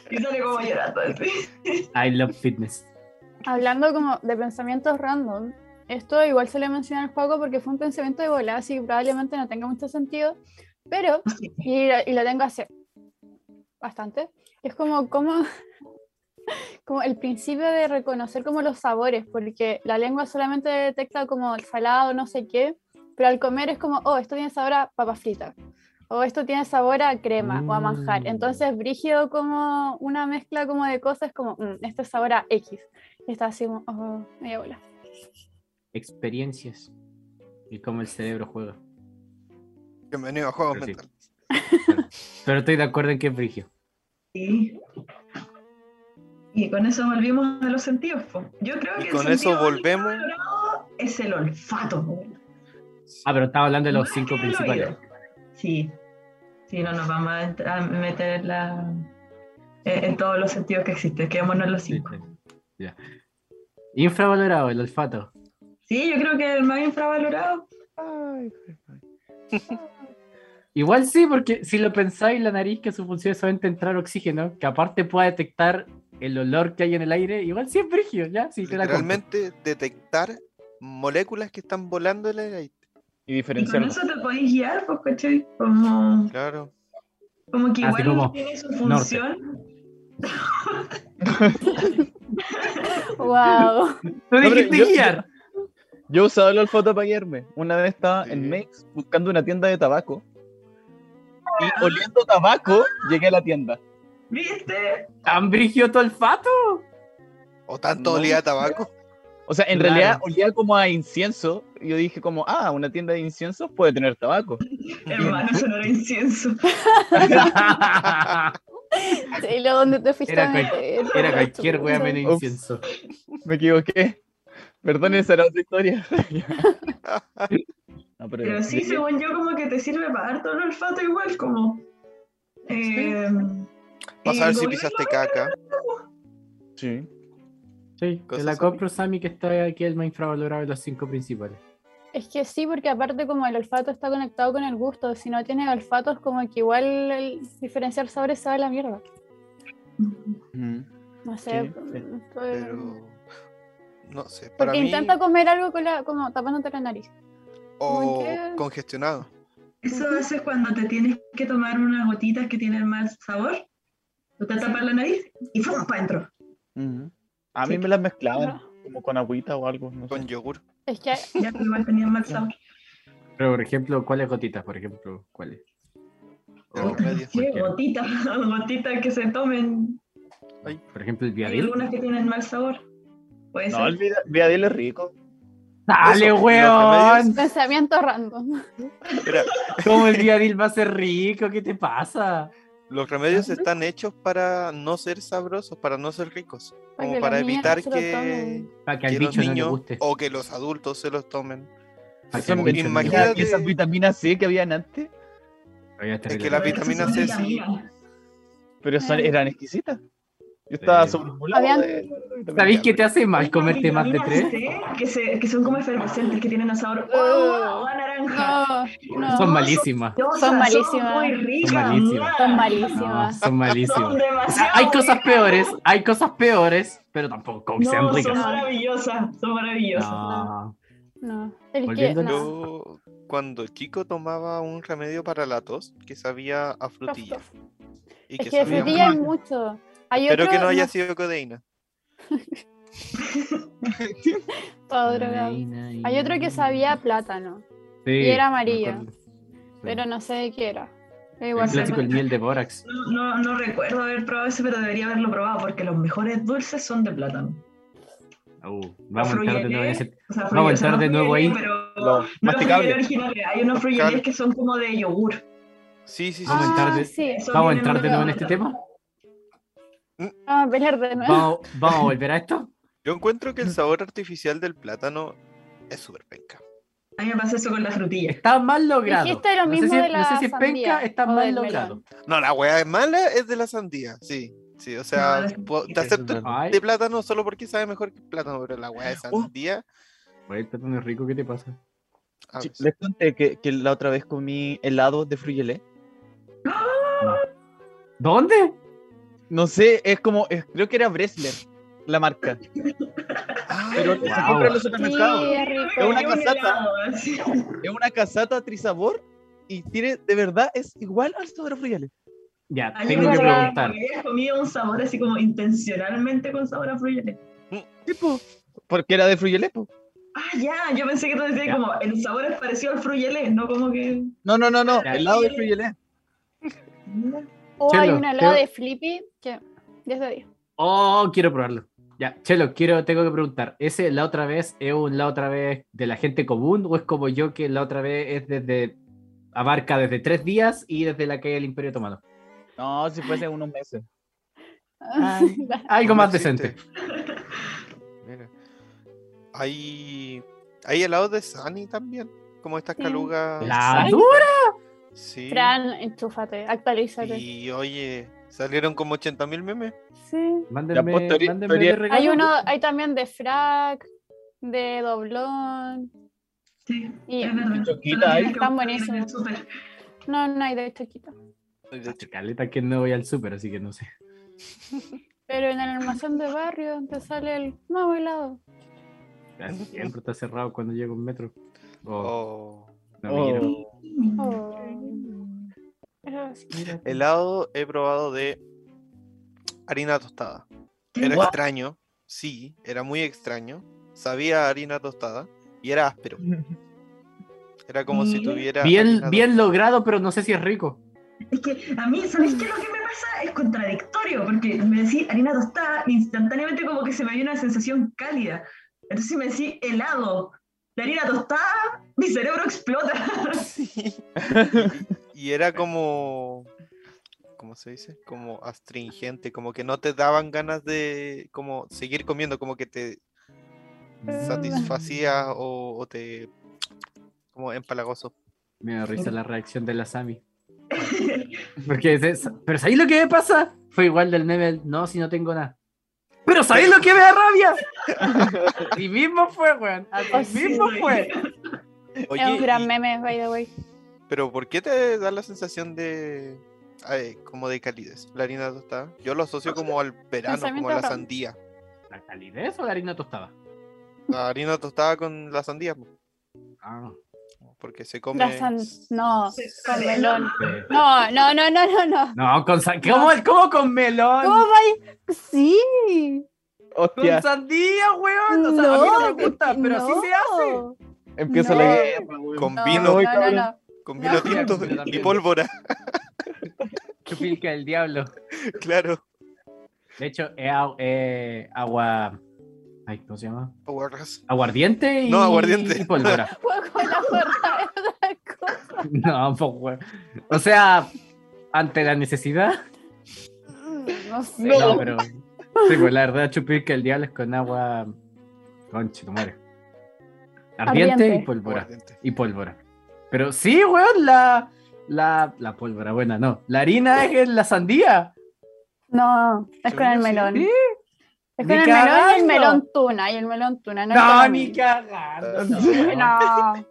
Speaker 3: Y sale como llorando así.
Speaker 2: I love fitness.
Speaker 6: Hablando como de pensamientos random, esto igual se le menciona al Paco porque fue un pensamiento de volada, así que probablemente no tenga mucho sentido, pero, y, lo- y lo tengo hace bastante, es como, como, como el principio de reconocer como los sabores, porque la lengua solamente detecta como el salado, no sé qué, pero al comer es como, oh, esto tiene sabor a papa frita, o esto tiene sabor a crema o a manjar,
Speaker 2: Mm.
Speaker 6: entonces brígido como una mezcla como de cosas, como, "Mm, esto es sabor a X. Y está así como, oh, media bola.
Speaker 2: Experiencias. Y cómo el cerebro juega.
Speaker 1: Bienvenido a Juegos
Speaker 2: Pero sí.
Speaker 1: Mentales.
Speaker 2: Pero estoy de acuerdo en que es frigio.
Speaker 3: Sí. Y con eso volvimos a los sentidos. po. Yo creo
Speaker 1: Y
Speaker 3: que el
Speaker 1: con eso
Speaker 3: sentido más
Speaker 1: volvemos.
Speaker 3: valorado Es el olfato. po.
Speaker 2: Ah, pero estaba hablando de los cinco
Speaker 3: El
Speaker 2: principales.
Speaker 3: oído. Sí. Sí, no nos vamos a, entrar- a meter la, eh, en, en todos los sentidos que existen. Quedémonos en los
Speaker 2: Sí,
Speaker 3: cinco.
Speaker 2: ya. Infravalorado, el olfato.
Speaker 3: Sí, yo creo que el más infravalorado.
Speaker 4: Ay,
Speaker 2: Igual sí, porque si lo pensáis, la nariz que su función es solamente entrar oxígeno, que aparte pueda detectar el olor que hay en el aire, igual sí es frigio, ¿ya? Sí, te la compro.
Speaker 1: Literalmente detectar moléculas que están volando en el aire.
Speaker 3: Y
Speaker 4: Y
Speaker 3: con
Speaker 4: diferenciarlo.
Speaker 3: eso te podéis guiar, pues, ¿cachai? Como,
Speaker 1: Claro.
Speaker 3: como que
Speaker 2: Así
Speaker 3: igual
Speaker 2: como
Speaker 3: tiene su función.
Speaker 6: Wow.
Speaker 2: Tú
Speaker 4: pero
Speaker 2: dijiste
Speaker 4: yo-
Speaker 2: guiar.
Speaker 4: Yo usaba el olfato para guiarme. Una vez estaba
Speaker 1: Sí.
Speaker 4: en Mex buscando una tienda de tabaco.
Speaker 3: Ah.
Speaker 4: Y oliendo tabaco, llegué a la tienda.
Speaker 3: ¿Viste?
Speaker 2: ¿Tan frigio tu olfato?
Speaker 1: O tanto
Speaker 4: No.
Speaker 1: olía a tabaco.
Speaker 4: O sea, en
Speaker 2: Claro.
Speaker 4: realidad olía como a incienso. Y yo dije como, ah, una tienda de inciensos puede tener tabaco.
Speaker 3: Hermano, eso no era incienso.
Speaker 6: Y lo donde te fuiste
Speaker 2: Era
Speaker 6: a
Speaker 2: cual-
Speaker 6: meter,
Speaker 2: Era
Speaker 6: por
Speaker 2: cualquier
Speaker 6: chucha.
Speaker 2: wea menos
Speaker 4: Ups.
Speaker 2: incienso.
Speaker 4: Me equivoqué. Perdón, esa era otra historia. No, pero,
Speaker 3: Pero sí,
Speaker 4: llegué-
Speaker 3: según yo, como que te sirve para dar todo el olfato igual, como... Eh,
Speaker 1: Para
Speaker 3: y
Speaker 1: saber si
Speaker 3: como-
Speaker 1: pisaste caca.
Speaker 4: sí.
Speaker 2: Sí, te
Speaker 1: Cosas
Speaker 2: la
Speaker 1: así.
Speaker 2: compro, Sammy, que está aquí el más infravalorado de los cinco principales.
Speaker 6: Es que sí, porque aparte como el olfato está conectado con el gusto, si no tienes olfato es como que igual el diferenciar sabores sabe la mierda. No sé.
Speaker 4: Sí,
Speaker 6: mm,
Speaker 2: sí,
Speaker 6: pues-
Speaker 1: Pero. No sé. Para
Speaker 6: Porque
Speaker 1: mí.
Speaker 6: intenta comer algo con la, como tapándote la nariz.
Speaker 1: O
Speaker 6: que-
Speaker 1: congestionado.
Speaker 3: Eso a veces cuando te tienes que tomar unas gotitas que tienen más sabor, tú te tapas la nariz y ¡fum! para adentro.
Speaker 4: Ujú. A mí
Speaker 6: Sí.
Speaker 4: me las mezclaban como con agüita o algo. No sé.
Speaker 1: Con yogur.
Speaker 6: Es que
Speaker 3: Ya que igual tenían más sabor.
Speaker 2: Pero, por ejemplo, ¿cuáles gotitas? Por ejemplo, ¿cuáles?
Speaker 1: De
Speaker 2: O-
Speaker 1: remedio.
Speaker 3: Sí,
Speaker 2: cualquiera.
Speaker 3: gotitas, gotitas que se tomen.
Speaker 2: Por ejemplo, el
Speaker 3: Hay
Speaker 2: viadil.
Speaker 3: algunas que tienen mal sabor. Puede
Speaker 4: No,
Speaker 3: ser.
Speaker 4: el vida- Viadil es rico.
Speaker 2: ¡Dale,
Speaker 1: Eso, los
Speaker 2: weón!
Speaker 6: pensamiento random.
Speaker 1: Mira,
Speaker 2: ¿Cómo el viadil va a ser rico? ¿Qué te pasa?
Speaker 1: los remedios están hechos para no ser sabrosos, para no ser ricos.
Speaker 6: Para
Speaker 1: Como
Speaker 6: que
Speaker 1: para
Speaker 6: los niños
Speaker 1: evitar
Speaker 6: se lo
Speaker 1: que,
Speaker 6: tomen.
Speaker 2: Para que al
Speaker 1: que los
Speaker 2: bicho no le
Speaker 1: niños
Speaker 2: guste.
Speaker 1: o que los adultos se los tomen.
Speaker 2: Para que
Speaker 4: Son
Speaker 2: al bicho no le guste.
Speaker 1: imagínate-
Speaker 4: vitaminas- esas vitaminas C que habían antes,
Speaker 2: Voy a estar
Speaker 1: es que
Speaker 2: en
Speaker 1: la
Speaker 3: Pero esas
Speaker 1: vitamina
Speaker 3: son
Speaker 1: C sí.
Speaker 3: vitaminas.
Speaker 4: pero son-
Speaker 6: Ah.
Speaker 4: eran exquisitas. Yo estaba
Speaker 2: Sí.
Speaker 4: sobreestimulado
Speaker 6: Habían-
Speaker 4: de- de
Speaker 2: ¿Sabéis
Speaker 4: vitamina
Speaker 2: que te hace mal
Speaker 3: Esas
Speaker 2: comerte más de
Speaker 3: vitaminas
Speaker 2: tres?
Speaker 3: C Que, se- que son como efervescentes, que tienen a sabor ¡oh, wow! a naranja.
Speaker 6: No, no.
Speaker 2: Son malísimas.
Speaker 3: Diosas,
Speaker 6: Son malísimas.
Speaker 3: Son muy ricas.
Speaker 2: malísimas.
Speaker 3: ¡mua!
Speaker 6: Son
Speaker 2: No,
Speaker 6: malísimas.
Speaker 2: son
Speaker 3: Son
Speaker 2: malísimas. O sea,
Speaker 3: demasiado
Speaker 2: hay cosas
Speaker 3: ricas.
Speaker 2: peores, hay cosas peores, pero tampoco que sean
Speaker 3: No,
Speaker 2: ricas.
Speaker 3: son maravillosas, son maravillosas.
Speaker 2: No.
Speaker 6: No. El que,
Speaker 2: Volviendo-
Speaker 6: no.
Speaker 1: Yo cuando chico tomaba un remedio para la tos que sabía a frutilla. Y
Speaker 6: Es que de
Speaker 1: sabía
Speaker 6: frutilla
Speaker 1: mal.
Speaker 6: hay mucho. Hay
Speaker 1: Espero
Speaker 6: otro,
Speaker 1: que no haya
Speaker 6: sé,
Speaker 1: sido codeína.
Speaker 6: todo drogado. Hay otro que sabía a plátano,
Speaker 2: Sí,
Speaker 6: y era
Speaker 2: me
Speaker 6: amarillo.
Speaker 2: acuerdo.
Speaker 6: pero no sé de qué era. Pero
Speaker 2: El
Speaker 6: Igual se
Speaker 2: clásico, el
Speaker 6: llama-
Speaker 2: miel de bórax.
Speaker 3: No, no, no recuerdo haber probado ese, pero debería haberlo probado porque los mejores dulces son de plátano.
Speaker 2: Uh, vamos a entrar de nuevo en ese-
Speaker 3: O
Speaker 2: Vamos
Speaker 3: sea,
Speaker 2: a
Speaker 3: frullés,
Speaker 2: entrar
Speaker 3: no
Speaker 2: de nuevo
Speaker 3: frullés,
Speaker 2: ahí.
Speaker 6: Ah,
Speaker 3: Pero
Speaker 4: C. Los
Speaker 3: no los frullés
Speaker 4: masticables.
Speaker 3: originales, hay unos frullés
Speaker 1: Claro.
Speaker 3: que son como de yogur.
Speaker 1: Sí, sí, sí.
Speaker 2: Vamos a
Speaker 1: sí.
Speaker 4: Ah.
Speaker 2: entrar de-
Speaker 6: Ah, sí.
Speaker 3: Eso
Speaker 2: ¿Vamos a
Speaker 3: viene
Speaker 2: entrar de nuevo en
Speaker 3: una-
Speaker 2: este tema?
Speaker 6: Vamos a pelear de nuevo.
Speaker 2: ¿Vamos, vamos a volver a esto?
Speaker 1: Yo encuentro que el sabor artificial del plátano es súper penca.
Speaker 3: A mí me pasa eso con la frutilla.
Speaker 2: Está mal logrado.
Speaker 6: Dijiste lo
Speaker 2: No sé
Speaker 6: mismo
Speaker 2: si-
Speaker 6: de la
Speaker 2: No sé si es penca,
Speaker 6: sandía
Speaker 2: está
Speaker 6: o
Speaker 2: mal
Speaker 6: del
Speaker 2: logrado.
Speaker 6: melón.
Speaker 1: No, la hueá es mala, es de la sandía, sí. Sí, o sea,
Speaker 3: No, la
Speaker 1: puedo- te
Speaker 3: sandía.
Speaker 1: acepto el
Speaker 2: Ay,
Speaker 1: de plátano solo porque sabe mejor que el plátano, pero la hueá de
Speaker 4: Oh.
Speaker 1: sandía.
Speaker 2: güey, el plátano es rico, ¿qué te pasa?
Speaker 1: a
Speaker 4: Sí,
Speaker 1: veces.
Speaker 4: Les conté que, que la otra vez comí helado de frugelé.
Speaker 2: ¿Dónde?
Speaker 4: No sé, es como, es- creo que era Bresler, la marca.
Speaker 1: Ah,
Speaker 4: Pero no se
Speaker 2: Wow.
Speaker 4: compra en los
Speaker 6: Sí,
Speaker 4: supermercados.
Speaker 6: es rico.
Speaker 4: Es una
Speaker 3: Y un
Speaker 4: casata.
Speaker 3: helado, así.
Speaker 4: Es una casata trisabor y tiene, de verdad, es igual al sabor a frugelé.
Speaker 2: Ya,
Speaker 3: A mí
Speaker 2: tengo
Speaker 3: me
Speaker 2: que
Speaker 3: acordaba
Speaker 2: preguntar.
Speaker 3: como que habías comido un sabor así como intencionalmente con sabor a frugelé.
Speaker 4: Tipo, porque era de frugelé, po.
Speaker 3: Ah, ya, yo pensé que tú decías
Speaker 2: Ya.
Speaker 3: como el sabor es parecido al frugelé, no como que.
Speaker 4: No, no, no, no,
Speaker 2: Ya.
Speaker 4: helado de frugelé.
Speaker 3: Mira.
Speaker 6: O hay
Speaker 2: Chelo,
Speaker 6: un helado
Speaker 2: creo-
Speaker 6: de Flippy que ya se dijo.
Speaker 2: Oh, quiero probarlo. Ya, Chelo, quiero, tengo que preguntar. ¿Ese la otra vez es un la otra vez de la gente común o es como yo que la otra vez es desde abarca desde tres días y desde la caída del Imperio Otomano?
Speaker 4: No, si fuese unos meses.
Speaker 2: Algo
Speaker 1: no
Speaker 2: más
Speaker 1: existe.
Speaker 2: decente.
Speaker 1: Mira. Hay, hay helados de Sani también, como estas
Speaker 6: Sí.
Speaker 1: calugas.
Speaker 2: La
Speaker 4: Ay.
Speaker 2: dura.
Speaker 1: Sí.
Speaker 6: Fran, enchúfate, actualízate.
Speaker 1: Y oye, salieron como 80.000 memes.
Speaker 6: Sí.
Speaker 2: Mándenme,
Speaker 4: Ya, pues, teoría-
Speaker 2: mándenme
Speaker 4: teoría-
Speaker 2: de regalo.
Speaker 6: Hay uno, hay también de frac, de doblón.
Speaker 3: Sí,
Speaker 6: Y
Speaker 3: es verdad.
Speaker 4: Choquita,
Speaker 3: Solo
Speaker 4: ahí.
Speaker 6: Están
Speaker 3: tienes que buscar en el
Speaker 6: buenísimos.
Speaker 3: súper.
Speaker 6: no, no hay de este choquita.
Speaker 2: Caleta que no voy al súper, así que no sé.
Speaker 6: Pero en el almacén de barrio te sale el nuevo helado.
Speaker 2: Casi Siempre está cerrado cuando llego un metro. Oh,
Speaker 1: Oh.
Speaker 2: no, mira.
Speaker 4: Oh.
Speaker 6: Oh. Pero así.
Speaker 1: Helado he probado de harina tostada. Era
Speaker 4: What?
Speaker 1: extraño, sí, era muy extraño. Sabía a harina tostada y era áspero. Era como si
Speaker 3: Mm.
Speaker 1: tuviera.
Speaker 2: Bien,
Speaker 1: harina
Speaker 2: bien logrado, pero no sé si es rico.
Speaker 3: Es que a mí, ¿sabéis qué? Lo que me pasa es contradictorio, porque me decís harina tostada, instantáneamente como que se me viene una sensación cálida. Entonces, si me decís helado, la harina tostada, mi cerebro explota.
Speaker 1: Y era como. ¿Cómo se dice? Como astringente, como que no te daban ganas de como seguir comiendo, como que te
Speaker 6: Mm.
Speaker 1: satisfacía o, o te. como empalagoso.
Speaker 2: Me da risa la reacción de la Sami. Porque es esa- Pero ¿sabéis lo que me pasa? Fue igual del meme, del, no, si no tengo nada. Pero ¿sabéis lo que me da rabia? y mismo fue, weón.
Speaker 6: Oh,
Speaker 2: Así
Speaker 6: sí,
Speaker 2: mismo fue.
Speaker 1: Oye,
Speaker 6: es un gran
Speaker 1: y-
Speaker 6: meme, by the way.
Speaker 1: pero ¿por qué te da la sensación de. ay, como de calidez? La harina tostada. Yo lo asocio como al verano, como a
Speaker 6: Pues, Pensamiento
Speaker 1: la
Speaker 6: raro.
Speaker 1: sandía.
Speaker 2: ¿La calidez o la harina tostada?
Speaker 1: La harina tostada con la sandía, po,
Speaker 2: Ah,
Speaker 1: porque se come.
Speaker 6: La san- No, con melón.
Speaker 2: sí.
Speaker 6: No, no, no, no, no, no.
Speaker 2: No, con sa- ¿Cómo, cómo con melón?
Speaker 6: ¿Cómo va? Sí.
Speaker 2: Con
Speaker 4: Hostia,
Speaker 2: sandía, weón. O sea, a mí no me gusta, pero así se hace.
Speaker 6: no.
Speaker 4: empieza
Speaker 6: No.
Speaker 4: la guerra, weón.
Speaker 1: Con
Speaker 6: No,
Speaker 1: vino,
Speaker 4: voy,
Speaker 6: no, no,
Speaker 4: cabrón.
Speaker 6: no.
Speaker 1: con
Speaker 6: no.
Speaker 1: vino tinto
Speaker 2: Pero
Speaker 1: y
Speaker 2: también-
Speaker 1: pólvora,
Speaker 2: Chupilca del diablo.
Speaker 1: claro.
Speaker 2: De hecho, es au- eh, agua. Ay, ¿cómo se llama?
Speaker 1: Aguarras.
Speaker 2: Aguardiente y,
Speaker 1: No, aguardiente.
Speaker 2: y pólvora.
Speaker 6: Juego con la puerta es otra cosa.
Speaker 2: no, pues, weón. O sea, ante la necesidad.
Speaker 6: No sé.
Speaker 2: No, pero. Sí, pues la verdad, chupir que el diablo es con agua. Conche, tu madre. Ardiente,
Speaker 6: Ardiente.
Speaker 2: y pólvora.
Speaker 1: Aguardiente.
Speaker 2: Y pólvora. Pero sí, weón, la. La, la pólvora, buena, no. La harina es en la sandía.
Speaker 6: No, es con el
Speaker 1: Sí.
Speaker 6: melón.
Speaker 2: Sí.
Speaker 6: Es
Speaker 2: Ni
Speaker 6: con el melón y
Speaker 2: cagando.
Speaker 6: el melón tuna. Y el melón tuna. No, es con
Speaker 2: No,
Speaker 6: el
Speaker 2: ni
Speaker 6: melón.
Speaker 2: cagando.
Speaker 1: No.
Speaker 6: No,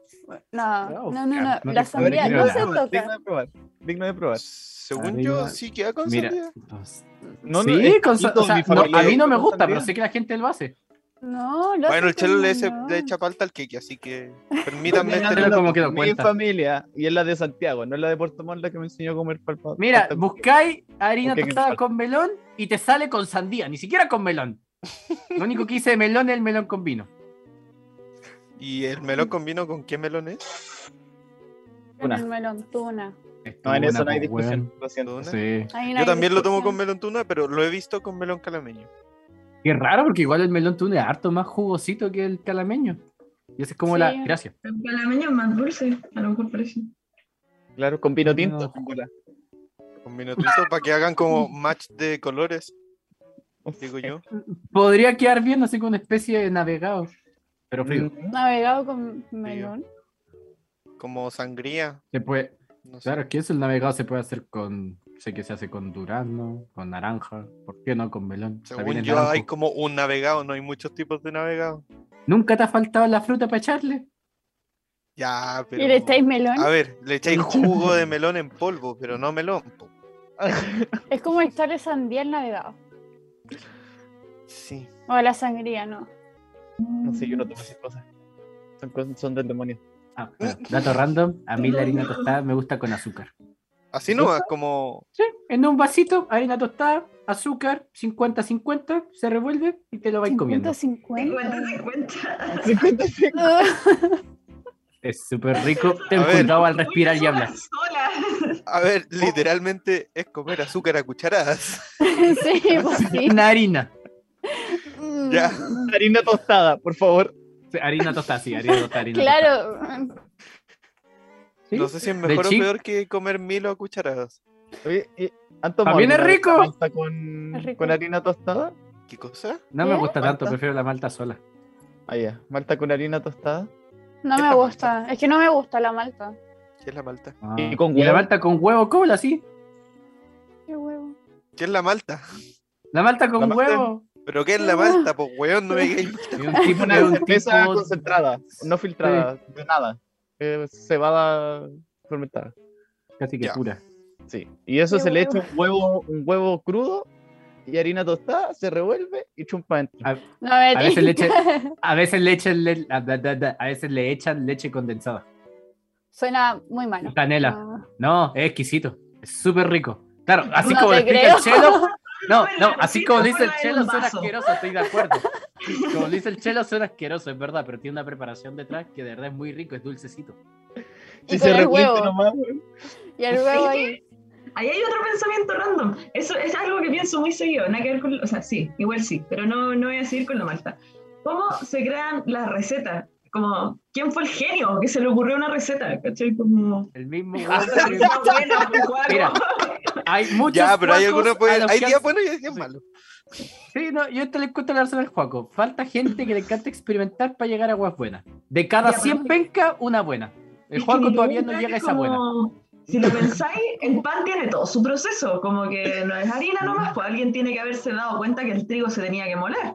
Speaker 2: No,
Speaker 6: no, no, no,
Speaker 2: Oscar, no
Speaker 6: no.
Speaker 2: te
Speaker 6: La sandía
Speaker 2: creo
Speaker 6: no se
Speaker 2: nada.
Speaker 6: toca.
Speaker 4: Digno de probar. Digno de probar.
Speaker 1: Según
Speaker 2: Arriba.
Speaker 1: yo, sí queda con
Speaker 2: Mira,
Speaker 1: sandía.
Speaker 2: entonces-
Speaker 4: No, no,
Speaker 2: sí,
Speaker 4: es
Speaker 2: con
Speaker 4: que
Speaker 2: sa-
Speaker 4: todo
Speaker 2: o sea,
Speaker 4: mi
Speaker 2: no, a
Speaker 4: familia
Speaker 2: mí no me
Speaker 4: come
Speaker 2: gusta,
Speaker 4: sandía.
Speaker 2: pero sé que la gente lo hace.
Speaker 6: No, lo
Speaker 1: Bueno, el
Speaker 6: hacen
Speaker 1: chelo
Speaker 6: con
Speaker 1: le, hace-
Speaker 6: melón.
Speaker 1: le echa falta al queque, así que permítanme
Speaker 4: Mira,
Speaker 1: este
Speaker 2: Míralo como quedó,
Speaker 4: mi
Speaker 2: cuenta.
Speaker 4: familia y es la de Santiago, no es la de Puerto Montt la que me enseñó a comer palpa.
Speaker 2: Mira,
Speaker 4: palta-
Speaker 2: buscáis harina
Speaker 4: Ok, que me
Speaker 2: tostada
Speaker 4: falta.
Speaker 2: con melón y te sale con sandía, ni siquiera con melón. Lo único que hice de melón es el melón con vino.
Speaker 1: ¿Y el melón con vino con qué melón es?
Speaker 6: Con
Speaker 4: Tuna.
Speaker 6: el melón tuna.
Speaker 4: No, en eso no hay
Speaker 2: Pues,
Speaker 4: discusión.
Speaker 2: weón.
Speaker 4: Lo siento.
Speaker 1: Tuna.
Speaker 2: Sí.
Speaker 6: Ahí no
Speaker 1: Yo
Speaker 6: hay
Speaker 1: también lo tomo
Speaker 6: discusión.
Speaker 1: con melón tuna, pero lo he visto con melón calameño.
Speaker 2: Qué raro, porque igual el melón tuna es harto más jugosito que el calameño. Y ese es como la.
Speaker 6: Sí.
Speaker 2: Gracias.
Speaker 3: El palameño es más dulce, a lo mejor por eso.
Speaker 4: Claro, con vino
Speaker 2: No.
Speaker 4: tinto. con cola.
Speaker 1: Un minutito para que hagan como match de colores, digo yo.
Speaker 2: Podría quedar bien así como una especie de navegado.
Speaker 4: Mm.
Speaker 2: Pero frío.
Speaker 6: Navegado con melón.
Speaker 1: Como sangría.
Speaker 2: Se puede,
Speaker 1: No sé.
Speaker 2: claro, es que eso el navegado se puede hacer con. Sé que se hace con durazno, con naranja. ¿Por qué no con melón? También
Speaker 1: Según
Speaker 2: es
Speaker 1: yo,
Speaker 2: naranjo.
Speaker 1: hay como un navegado, no hay muchos tipos de navegado.
Speaker 2: ¿Nunca te ha faltado la fruta para echarle?
Speaker 1: Ya, pero.
Speaker 6: ¿Y le estáis melón?
Speaker 1: A ver, le echáis
Speaker 2: Le echáis
Speaker 1: jugo de
Speaker 2: melón.
Speaker 1: melón en polvo, pero no melón. po.
Speaker 6: Es como echarle sandía al navegado.
Speaker 1: Sí.
Speaker 6: O a la sangría, no.
Speaker 4: No sé, yo no tomo esas cosas. Son, cosas- son del demonio.
Speaker 2: Ah, bueno, dato random. A mí la harina tostada me gusta con azúcar.
Speaker 1: Así nomás, como.
Speaker 2: Sí, en un vasito, harina tostada, azúcar, 50-50, se revuelve y te lo vais comiendo.
Speaker 6: 50-50.
Speaker 3: 50-50.
Speaker 4: 55.
Speaker 2: Es súper rico. Ten
Speaker 1: A ver.
Speaker 2: cuidado al respirar y hablar.
Speaker 3: Sola.
Speaker 1: A ver, literalmente es comer azúcar a cucharadas.
Speaker 6: sí, pues sí.
Speaker 2: Una harina.
Speaker 6: Mm,
Speaker 1: Ya.
Speaker 4: Harina tostada, por favor.
Speaker 2: Sí, Harina tostada, sí, harina tostada. harina
Speaker 6: Mm, Claro.
Speaker 2: tostada. ¿Sí?
Speaker 1: No sé si es mejor o
Speaker 2: chi-
Speaker 1: peor que comer milo a cucharadas.
Speaker 4: Oye, y ¿Han tomado
Speaker 2: También es
Speaker 4: alguna vez
Speaker 2: rico.
Speaker 4: malta con,
Speaker 6: Es rico.
Speaker 4: con harina tostada?
Speaker 1: ¿Qué cosa?
Speaker 2: No me
Speaker 6: ¿Qué?
Speaker 2: gusta tanto,
Speaker 4: Malta.
Speaker 2: prefiero la malta sola.
Speaker 4: Ah, ya. Malta con harina tostada.
Speaker 6: No me gusta. Es que no me gusta la malta.
Speaker 1: ¿Qué es la malta?
Speaker 4: ¿Y con
Speaker 2: Ah. la
Speaker 4: huevo?
Speaker 2: malta con huevo cola, sí.
Speaker 6: Qué huevo.
Speaker 1: ¿Qué es la malta?
Speaker 2: La malta con
Speaker 1: La malta-
Speaker 2: huevo.
Speaker 1: ¿Pero qué es
Speaker 2: Ah.
Speaker 1: la malta? Pues, weón, no me digáis.
Speaker 2: Es un tipo,
Speaker 4: Una
Speaker 2: es un
Speaker 4: cerveza
Speaker 2: tipo-
Speaker 4: concentrada, no filtrada, de nada. Eh, cebada fermentada.
Speaker 2: Casi que
Speaker 1: Ya.
Speaker 2: pura.
Speaker 4: Sí. Y eso
Speaker 6: Qué
Speaker 4: se le
Speaker 6: huevo.
Speaker 4: echa un huevo, un huevo crudo y harina tostada, se revuelve y chumpa dentro.
Speaker 2: Ah,
Speaker 6: No me
Speaker 2: A veces le
Speaker 6: tinca.
Speaker 2: A veces le echan, le- a, da- da- da- a veces le echan leche condensada.
Speaker 6: Suena muy malo. Ah,
Speaker 2: Canela.
Speaker 6: No.
Speaker 2: No, es exquisito. Es súper rico. Claro, así
Speaker 6: No
Speaker 2: como
Speaker 6: te
Speaker 2: lo explica el
Speaker 6: creo.
Speaker 2: chelo. No,
Speaker 3: Súper
Speaker 2: no, así
Speaker 3: exquisito,
Speaker 2: como dice el
Speaker 3: ponla en
Speaker 2: chelo,
Speaker 3: un
Speaker 2: suena
Speaker 3: vaso.
Speaker 2: asqueroso, estoy de acuerdo. Como dice el chelo, suena asqueroso, es verdad, pero tiene una preparación detrás que de verdad es muy rico, es dulcecito.
Speaker 6: Y
Speaker 4: Y
Speaker 6: con
Speaker 4: se
Speaker 6: el
Speaker 4: revuelve
Speaker 6: huevo.
Speaker 4: nomás. weón.
Speaker 6: Y el huevo ahí.
Speaker 3: Ahí hay otro pensamiento random. Eso es algo que pienso muy seguido. Nada que ver con, o sea, sí, igual sí, pero no, no voy a seguir con la malta. ¿Cómo se crean las recetas? Como, ¿quién fue el genio que se le ocurrió una receta? ¿Cachai? Como...
Speaker 2: El mismo
Speaker 3: Ah,
Speaker 2: huevo.
Speaker 3: está bueno, pues, guaco.
Speaker 2: Mira, hay muchos.
Speaker 1: Ya, pero hay algunos
Speaker 2: huacos a
Speaker 1: pues,
Speaker 2: los
Speaker 1: hay
Speaker 2: que
Speaker 1: días
Speaker 2: han-
Speaker 1: buenos y hay días malos.
Speaker 2: Sí, no, yo te le cuento la razón al Juaco. Falta gente que le encanta experimentar para llegar a aguas buenas. De cada
Speaker 3: Ya, pero-
Speaker 2: 100 pencas, una buena. El
Speaker 3: Es que
Speaker 2: Juaco
Speaker 3: mi
Speaker 2: todavía no
Speaker 3: pregunta
Speaker 2: llega a
Speaker 3: es
Speaker 2: esa buena.
Speaker 3: como, Si lo pensáis, el pan tiene todo su proceso, como que no es harina nomás, pues alguien tiene que haberse dado cuenta que el trigo se tenía que moler.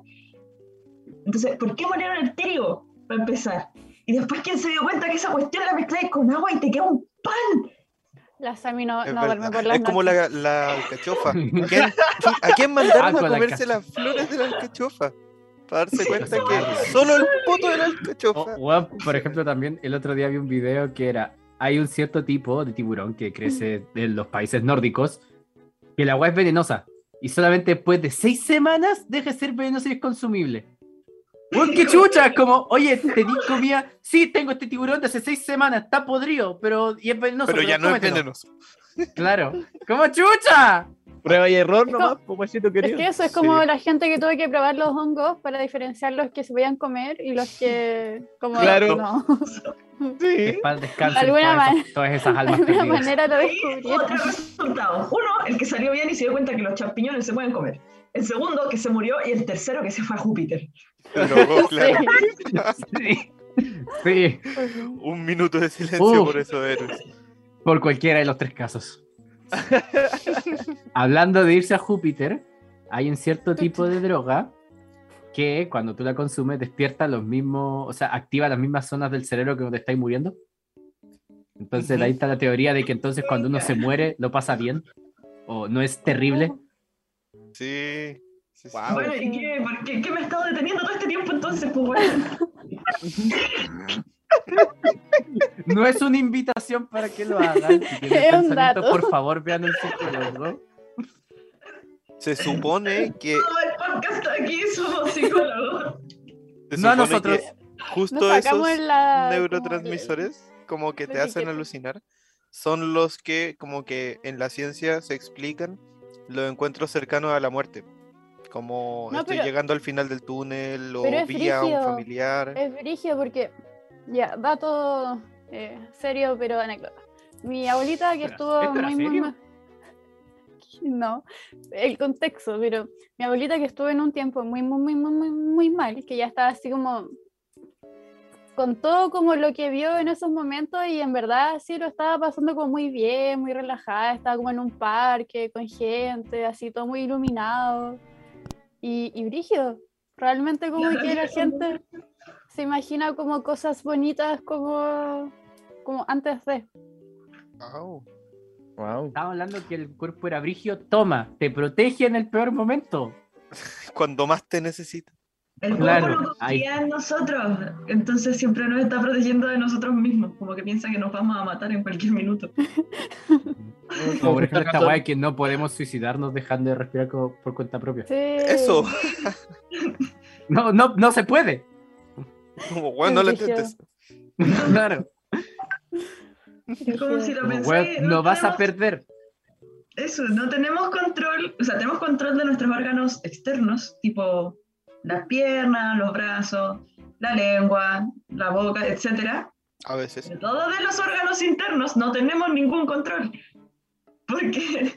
Speaker 3: Entonces, ¿por qué molieron el trigo? Para empezar. Y después, ¿quién se dio cuenta que esa cuestión la mezcláis con agua y te queda un pan?
Speaker 6: La Sami no,
Speaker 1: Es,
Speaker 6: no
Speaker 1: verdad.
Speaker 6: duerme por las
Speaker 1: Es como
Speaker 6: noches.
Speaker 1: la, la alcachofa. ¿A quién, a quién mandaron
Speaker 2: Ah, con
Speaker 1: a
Speaker 2: la
Speaker 1: comerse las flores de la alcachofa? Para darse cuenta
Speaker 2: sí,
Speaker 1: que
Speaker 2: sí.
Speaker 1: solo el poto de la
Speaker 2: O-
Speaker 1: alcachofa.
Speaker 2: o, Oh, por ejemplo, también el otro día vi un video que era, hay un cierto tipo de tiburón que crece en los países nórdicos, que la agua es venenosa, y solamente después de seis semanas deja de ser venenosa y es consumible. ¡Uy, qué chucha! Es Como, oye, te di comida, sí, tengo este tiburón de hace seis semanas, está podrido, pero y es venenoso.
Speaker 1: Pero ya no es
Speaker 2: cómetelo".
Speaker 1: venenoso.
Speaker 2: Claro. ¡Cómo chucha!
Speaker 4: Prueba y error
Speaker 6: Es
Speaker 4: nomás, popachito
Speaker 6: Es
Speaker 4: querido.
Speaker 6: que eso es como la gente que tuve que probar los hongos para diferenciar los que se podían comer y los que como
Speaker 4: Claro.
Speaker 6: no.
Speaker 4: Sí.
Speaker 2: Es para el descanso
Speaker 6: De alguna
Speaker 2: todas,
Speaker 6: man-
Speaker 2: esas- todas esas
Speaker 6: De
Speaker 2: almas
Speaker 6: alguna
Speaker 2: perdidas.
Speaker 6: manera lo
Speaker 3: Y otro
Speaker 6: descubrieron.
Speaker 3: resultado. Uno, el que salió bien y se dio cuenta que los champiñones se pueden comer. El segundo, que se murió. Y el tercero, que se fue a Júpiter.
Speaker 1: Luego, claro,
Speaker 2: Sí. Sí,
Speaker 6: Sí.
Speaker 1: un minuto de silencio
Speaker 2: Uf.
Speaker 1: por esos héroes.
Speaker 2: Por cualquiera de los tres casos. Hablando de irse a Júpiter, hay un cierto tipo de droga que cuando tú la consumes despierta los mismos, o sea, activa las mismas zonas del cerebro que donde estáis muriendo. Entonces de ahí está la teoría de que entonces cuando uno se muere lo pasa bien o no es terrible.
Speaker 1: Sí. sí, sí.
Speaker 2: Ah,
Speaker 4: Guau.
Speaker 3: Bueno, ¿y qué? ¿Por qué, qué me he estado deteniendo todo este tiempo entonces? Pues bueno.
Speaker 2: No es una invitación para que lo hagan. Si
Speaker 6: Es
Speaker 2: tienen
Speaker 6: un
Speaker 2: pensamiento,
Speaker 6: dato.
Speaker 2: por favor, vean el psicólogo.
Speaker 1: Se supone que.
Speaker 3: Todo el podcast aquí somos psicólogos.
Speaker 1: se
Speaker 2: No a
Speaker 1: supone
Speaker 2: nosotros.
Speaker 1: que
Speaker 6: Nos
Speaker 1: Justo
Speaker 6: sacamos
Speaker 1: esos
Speaker 6: la como el-
Speaker 1: neurotransmisores, como que
Speaker 6: la
Speaker 1: te hacen
Speaker 6: etiqueta.
Speaker 1: alucinar, son los que, como que en la ciencia se explican los encuentros cercanos a la muerte. Como
Speaker 6: No,
Speaker 1: estoy
Speaker 6: pero-
Speaker 1: llegando al final del túnel o
Speaker 6: pero es
Speaker 1: vi a un
Speaker 6: brígido.
Speaker 1: familiar.
Speaker 6: Es brígido porque, ya, dato eh, serio pero anécdota. mi abuelita que
Speaker 2: Espera,
Speaker 6: estuvo
Speaker 2: ¿esto era
Speaker 6: muy, muy
Speaker 2: serio?
Speaker 6: mal. No, el contexto, pero mi abuelita que estuvo en un tiempo muy, muy, muy, muy, muy, muy mal, que ya estaba así como con todo como lo que vio en esos momentos y en verdad sí lo estaba pasando como muy bien, muy relajada, estaba como en un parque con gente, así todo muy iluminado y, y brígido. Realmente como que la gente se imagina como cosas bonitas como, como antes de.
Speaker 1: Au.
Speaker 4: Wow.
Speaker 2: Estaba hablando que el cuerpo era brigio. Toma, te protege en el peor momento.
Speaker 1: Cuando más te necesitan.
Speaker 3: El
Speaker 2: Claro,
Speaker 3: cuerpo no
Speaker 2: ahí.
Speaker 3: confía en nosotros, entonces siempre nos está protegiendo de nosotros mismos, como que piensa que nos vamos a matar en cualquier minuto.
Speaker 2: Como por ejemplo esta weá que no podemos suicidarnos dejando de respirar como por cuenta propia.
Speaker 6: Sí.
Speaker 1: Eso.
Speaker 2: No, no, no se puede.
Speaker 1: Como, weón, no lo
Speaker 6: Brígido.
Speaker 1: intentes.
Speaker 2: claro.
Speaker 3: Es como si lo
Speaker 2: Como,
Speaker 3: pensáis.
Speaker 2: weón, no vas a
Speaker 3: tenemos-
Speaker 2: perder.
Speaker 3: Eso, no tenemos control, o sea, tenemos control de nuestros órganos externos, tipo las piernas, los brazos, la lengua, la boca, etcétera.
Speaker 1: A veces.
Speaker 3: De todos de los órganos internos no tenemos ningún control. Porque,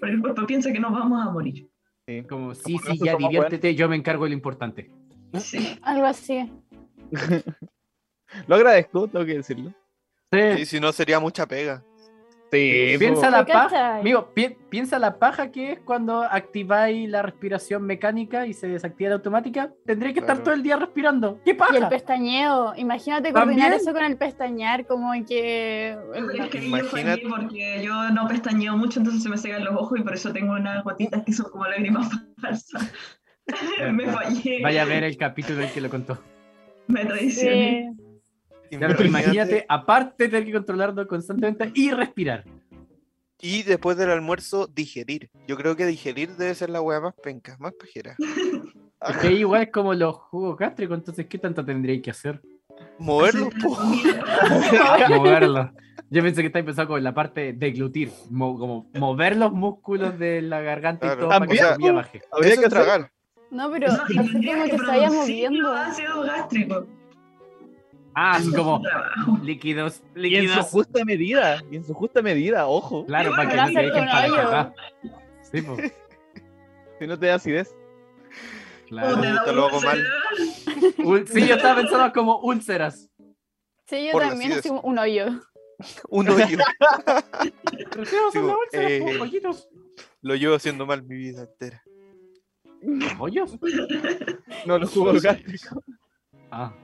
Speaker 3: porque el cuerpo piensa que nos vamos a morir.
Speaker 2: Como, sí,
Speaker 4: Como
Speaker 2: sí,
Speaker 4: nosotros
Speaker 2: ya
Speaker 4: somos
Speaker 2: diviértete, yo me encargo de lo importante.
Speaker 3: Sí.
Speaker 6: Algo así.
Speaker 4: Lo agradezco, tengo que decirlo.
Speaker 1: Sí, si no sería mucha pega.
Speaker 4: Sí,
Speaker 2: Piensa la
Speaker 6: ¿Te
Speaker 2: paja,
Speaker 6: cachai?
Speaker 2: amigo, pi- piensa la paja que es cuando activáis la respiración mecánica y se desactiva la automática. Tendría que estar
Speaker 1: Claro.
Speaker 2: todo el día respirando. ¿Qué
Speaker 6: Y el
Speaker 2: paja?
Speaker 6: pestañeo, imagínate coordinar
Speaker 2: ¿También?
Speaker 6: eso con el pestañear, como que...
Speaker 3: Es que yo fallé
Speaker 1: Imagínate.
Speaker 3: porque yo no pestañeo mucho, entonces se me secan los ojos y por eso tengo unas gotitas que son como lágrimas falsas. me fallé.
Speaker 2: Vaya a ver el capítulo en que lo contó.
Speaker 3: Me traicioné.
Speaker 6: Sí.
Speaker 2: Ya, pero imagínate, aparte tener que controlarlo constantemente y respirar.
Speaker 1: Y después del almuerzo, digerir. Yo creo que digerir debe ser la weá más penca, más pajera.
Speaker 2: Que ahí igual es como los jugos gástricos, entonces, ¿qué tanto tendréis que hacer?
Speaker 1: Moverlo,
Speaker 3: Así que
Speaker 1: po.
Speaker 2: Moverlo. Yo pensé que estaba empezando con la parte de glutir, mo- como mover los músculos de la garganta
Speaker 1: Claro.
Speaker 2: y todo para que
Speaker 4: También,
Speaker 2: la comida
Speaker 4: po.
Speaker 2: baje.
Speaker 4: Habría
Speaker 1: Eso
Speaker 4: que
Speaker 1: es tragar.
Speaker 6: No, pero
Speaker 3: No, y
Speaker 6: así
Speaker 3: tendrías
Speaker 6: como
Speaker 3: que
Speaker 6: que se vaya
Speaker 3: producir
Speaker 6: moviendo.
Speaker 3: los ácidos gástricos.
Speaker 2: Ah, así
Speaker 3: Eso es
Speaker 2: como
Speaker 3: un trabajo.
Speaker 2: líquidos,
Speaker 4: Y en su
Speaker 2: líquidos.
Speaker 4: justa medida, y en su justa medida, ojo,
Speaker 2: Claro, para que no
Speaker 6: Gracias,
Speaker 2: te dejen para
Speaker 6: Tonayo.
Speaker 2: acá. Sí, pues, po,
Speaker 4: si no te da acidez.
Speaker 3: O te
Speaker 2: claro.
Speaker 3: da
Speaker 1: Te lo hago
Speaker 3: un
Speaker 1: mal.
Speaker 3: celular.
Speaker 2: Ul- Sí, yo estaba pensando como úlceras.
Speaker 6: Sí, yo
Speaker 1: Por las
Speaker 6: también,
Speaker 1: ideas.
Speaker 6: así como un hoyo.
Speaker 1: Un hoyo.
Speaker 2: Pero sí, no son
Speaker 1: Digo,
Speaker 2: las úlceras, po,
Speaker 1: eh,
Speaker 2: pollitos.
Speaker 1: Lo llevo haciendo mal mi vida entera.
Speaker 2: ¿Pollos?
Speaker 4: No los jugos gástricos.
Speaker 2: Ah,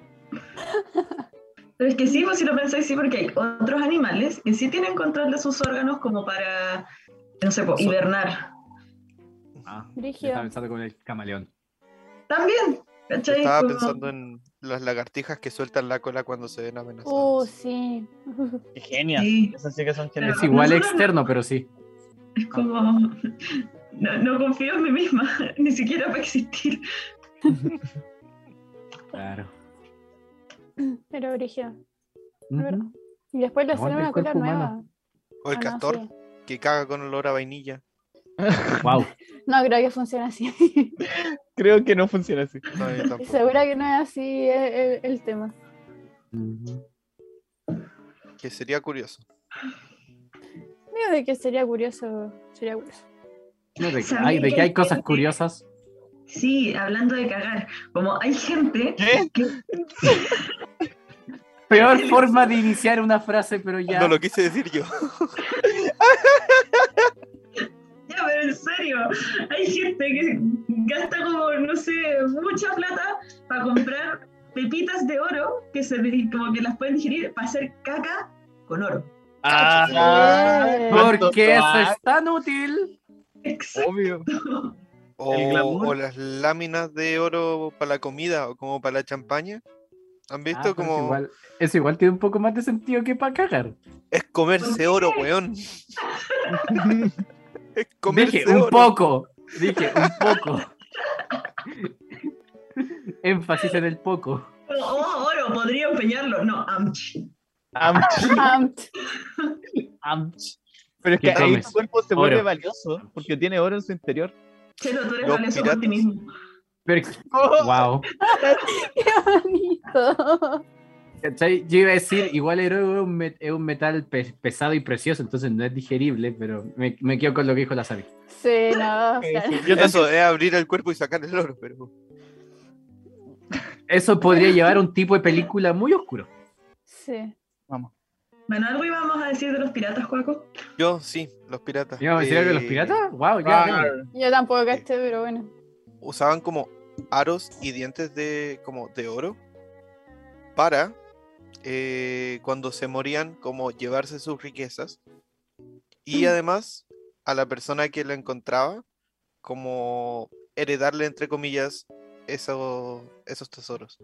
Speaker 3: Pero es que sí, pues si lo pensáis, sí, porque hay otros animales que sí tienen control de sus órganos como para, no sé, pues, hibernar.
Speaker 2: ah. Yo
Speaker 6: Brígido.
Speaker 2: estaba pensando con el camaleón.
Speaker 3: También,
Speaker 1: Yo
Speaker 3: ¿cachai?
Speaker 1: estaba
Speaker 3: Como-
Speaker 1: pensando en las lagartijas que sueltan la cola cuando se ven amenazadas.
Speaker 6: Uh, sí.
Speaker 4: Qué genia.
Speaker 3: Sí,
Speaker 4: Esas sí que son
Speaker 2: Es
Speaker 4: geniales.
Speaker 2: igual externo, pero sí.
Speaker 3: es como... No, no confío en mí misma, ni siquiera para existir.
Speaker 2: Claro.
Speaker 6: Pero brígido. verdad.
Speaker 2: Ujú.
Speaker 6: Y después le
Speaker 2: Aguante
Speaker 6: hacen
Speaker 2: el
Speaker 6: una cola
Speaker 2: cuerpo humano.
Speaker 6: nueva.
Speaker 1: O el
Speaker 6: Ah, no,
Speaker 1: castor
Speaker 6: sí.
Speaker 1: que caga con olor a vainilla.
Speaker 2: Wow.
Speaker 6: No, creo que funciona así.
Speaker 4: Creo que no funciona así.
Speaker 1: No, yo tampoco.
Speaker 6: Segura que no es así el, el- el tema.
Speaker 2: Ujú.
Speaker 1: Que sería curioso.
Speaker 6: Digo de que sería curioso. Sería curioso.
Speaker 2: No, de, que
Speaker 3: ¿Sabía
Speaker 2: hay, de que
Speaker 3: que
Speaker 2: hay cosas
Speaker 3: gente-
Speaker 2: curiosas.
Speaker 3: Sí, hablando de cagar, como hay gente
Speaker 4: ¿Qué?
Speaker 3: que
Speaker 2: Peor forma de iniciar una frase, pero ya.
Speaker 1: No lo quise decir yo.
Speaker 3: Ya, pero en serio, hay gente que gasta como, no sé, mucha plata para comprar pepitas de oro que se di- como que las pueden digerir para hacer caca con oro.
Speaker 6: Ah,
Speaker 2: Porque eso es tan útil.
Speaker 3: Exacto.
Speaker 4: Obvio.
Speaker 1: O,
Speaker 4: El glamour.
Speaker 1: o las láminas de oro para la comida o como para la champaña. ¿Han
Speaker 2: Ah,
Speaker 1: visto
Speaker 2: pero
Speaker 1: como
Speaker 2: es igual, eso igual tiene un poco más de sentido que para cagar.
Speaker 1: es comerse oro, weón? Es comerse
Speaker 2: Dije, un
Speaker 1: oro.
Speaker 2: poco. Dije, un poco. Énfasis en el poco.
Speaker 3: Como, Oh, oro, podría empeñarlo. No, amchi.
Speaker 4: Ah,
Speaker 6: Amt.
Speaker 2: Am-
Speaker 4: Pero es
Speaker 2: ¿Qué
Speaker 4: que ahí
Speaker 2: comes?
Speaker 4: tu cuerpo se vuelve
Speaker 2: Oro.
Speaker 4: valioso porque tiene oro en su interior.
Speaker 3: Chelo, tú eres
Speaker 1: Los
Speaker 3: valioso por
Speaker 1: piratas.
Speaker 3: ti mismo.
Speaker 4: ¡Oh!
Speaker 2: pero- wow.
Speaker 6: Qué bonito.
Speaker 2: ¿Cachai? Yo iba a decir, igual el oro es un, met- es un metal pe- pesado y precioso, entonces no es digerible, pero me, me quedo con lo que dijo la Sami.
Speaker 6: Sí, no, o sea,
Speaker 2: Yo también-
Speaker 1: Eso es abrir el cuerpo y sacar el oro, pero.
Speaker 2: Eso podría llevar a un tipo de película muy oscuro.
Speaker 6: sí.
Speaker 4: Vamos.
Speaker 3: Bueno, algo íbamos a decir de los piratas, Juaco.
Speaker 1: Yo sí, los piratas.
Speaker 2: ¿Íbamos a decir algo de los
Speaker 1: Eh,
Speaker 2: piratas? ¡Wow! Ya,
Speaker 4: Ah,
Speaker 2: hagámoslo.
Speaker 6: Yo tampoco caché, pero bueno.
Speaker 1: Usaban como aros y dientes de, como de oro para eh, cuando se morían, como llevarse sus riquezas. Y
Speaker 2: Mm.
Speaker 1: además, a la persona que la encontraba, como heredarle, entre comillas, eso- esos tesoros.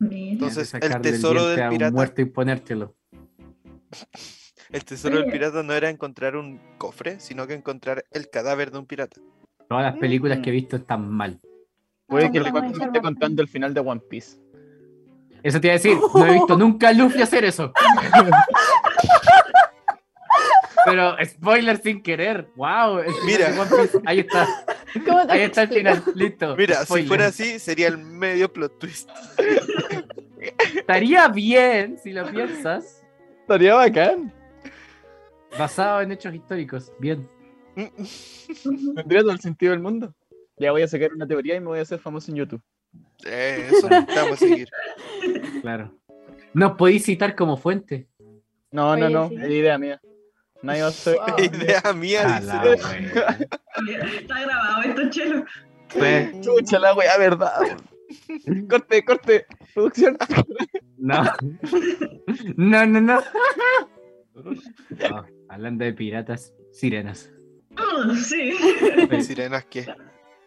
Speaker 3: Mira.
Speaker 1: Entonces, el
Speaker 2: Sacarle
Speaker 1: tesoro
Speaker 2: diente
Speaker 1: del
Speaker 2: a un
Speaker 1: pirata.
Speaker 2: muerto y ponértelo.
Speaker 1: El tesoro del
Speaker 3: Oye.
Speaker 1: pirata no era encontrar un cofre, sino que encontrar el cadáver de un pirata.
Speaker 2: Todas las películas que he visto están mal.
Speaker 4: Puede
Speaker 6: No,
Speaker 4: que
Speaker 6: no,
Speaker 4: el
Speaker 6: no,
Speaker 4: Juan
Speaker 6: no,
Speaker 4: me
Speaker 6: no.
Speaker 4: esté contando el final de One Piece.
Speaker 2: Eso te iba a decir, no he visto nunca a Luffy hacer eso. Pero spoiler sin querer. ¡Wow! el final
Speaker 1: Mira.
Speaker 2: de One Piece, Ahí está.
Speaker 6: ¿Cómo te
Speaker 2: Ahí está el
Speaker 6: explico?
Speaker 2: final. Listo.
Speaker 1: Mira,
Speaker 2: spoiler.
Speaker 1: si fuera así, sería el medio plot twist.
Speaker 2: Estaría bien, si lo piensas,
Speaker 4: Estaría bacán.
Speaker 2: basado en hechos históricos. Bien.
Speaker 4: Tendría todo el sentido del mundo. Ya voy a sacar una teoría y me voy a hacer famoso en YouTube.
Speaker 1: Eh, eso no te vamos a seguir.
Speaker 2: Claro. Nos podéis citar como fuente.
Speaker 4: No, no,
Speaker 6: Oye,
Speaker 4: no.
Speaker 6: sí.
Speaker 4: Es idea mía. Nadie va a saber.
Speaker 6: Wow.
Speaker 1: Idea mía,
Speaker 2: A
Speaker 1: dice.
Speaker 2: la wea.
Speaker 3: Está grabado esto, chelo.
Speaker 1: Pues,
Speaker 4: Chucha la wea, verdad. corte, corte. Producción.
Speaker 2: No. No, no, no. Oh, hablando de piratas, sirenas.
Speaker 3: Mm, sí.
Speaker 1: sirenas que.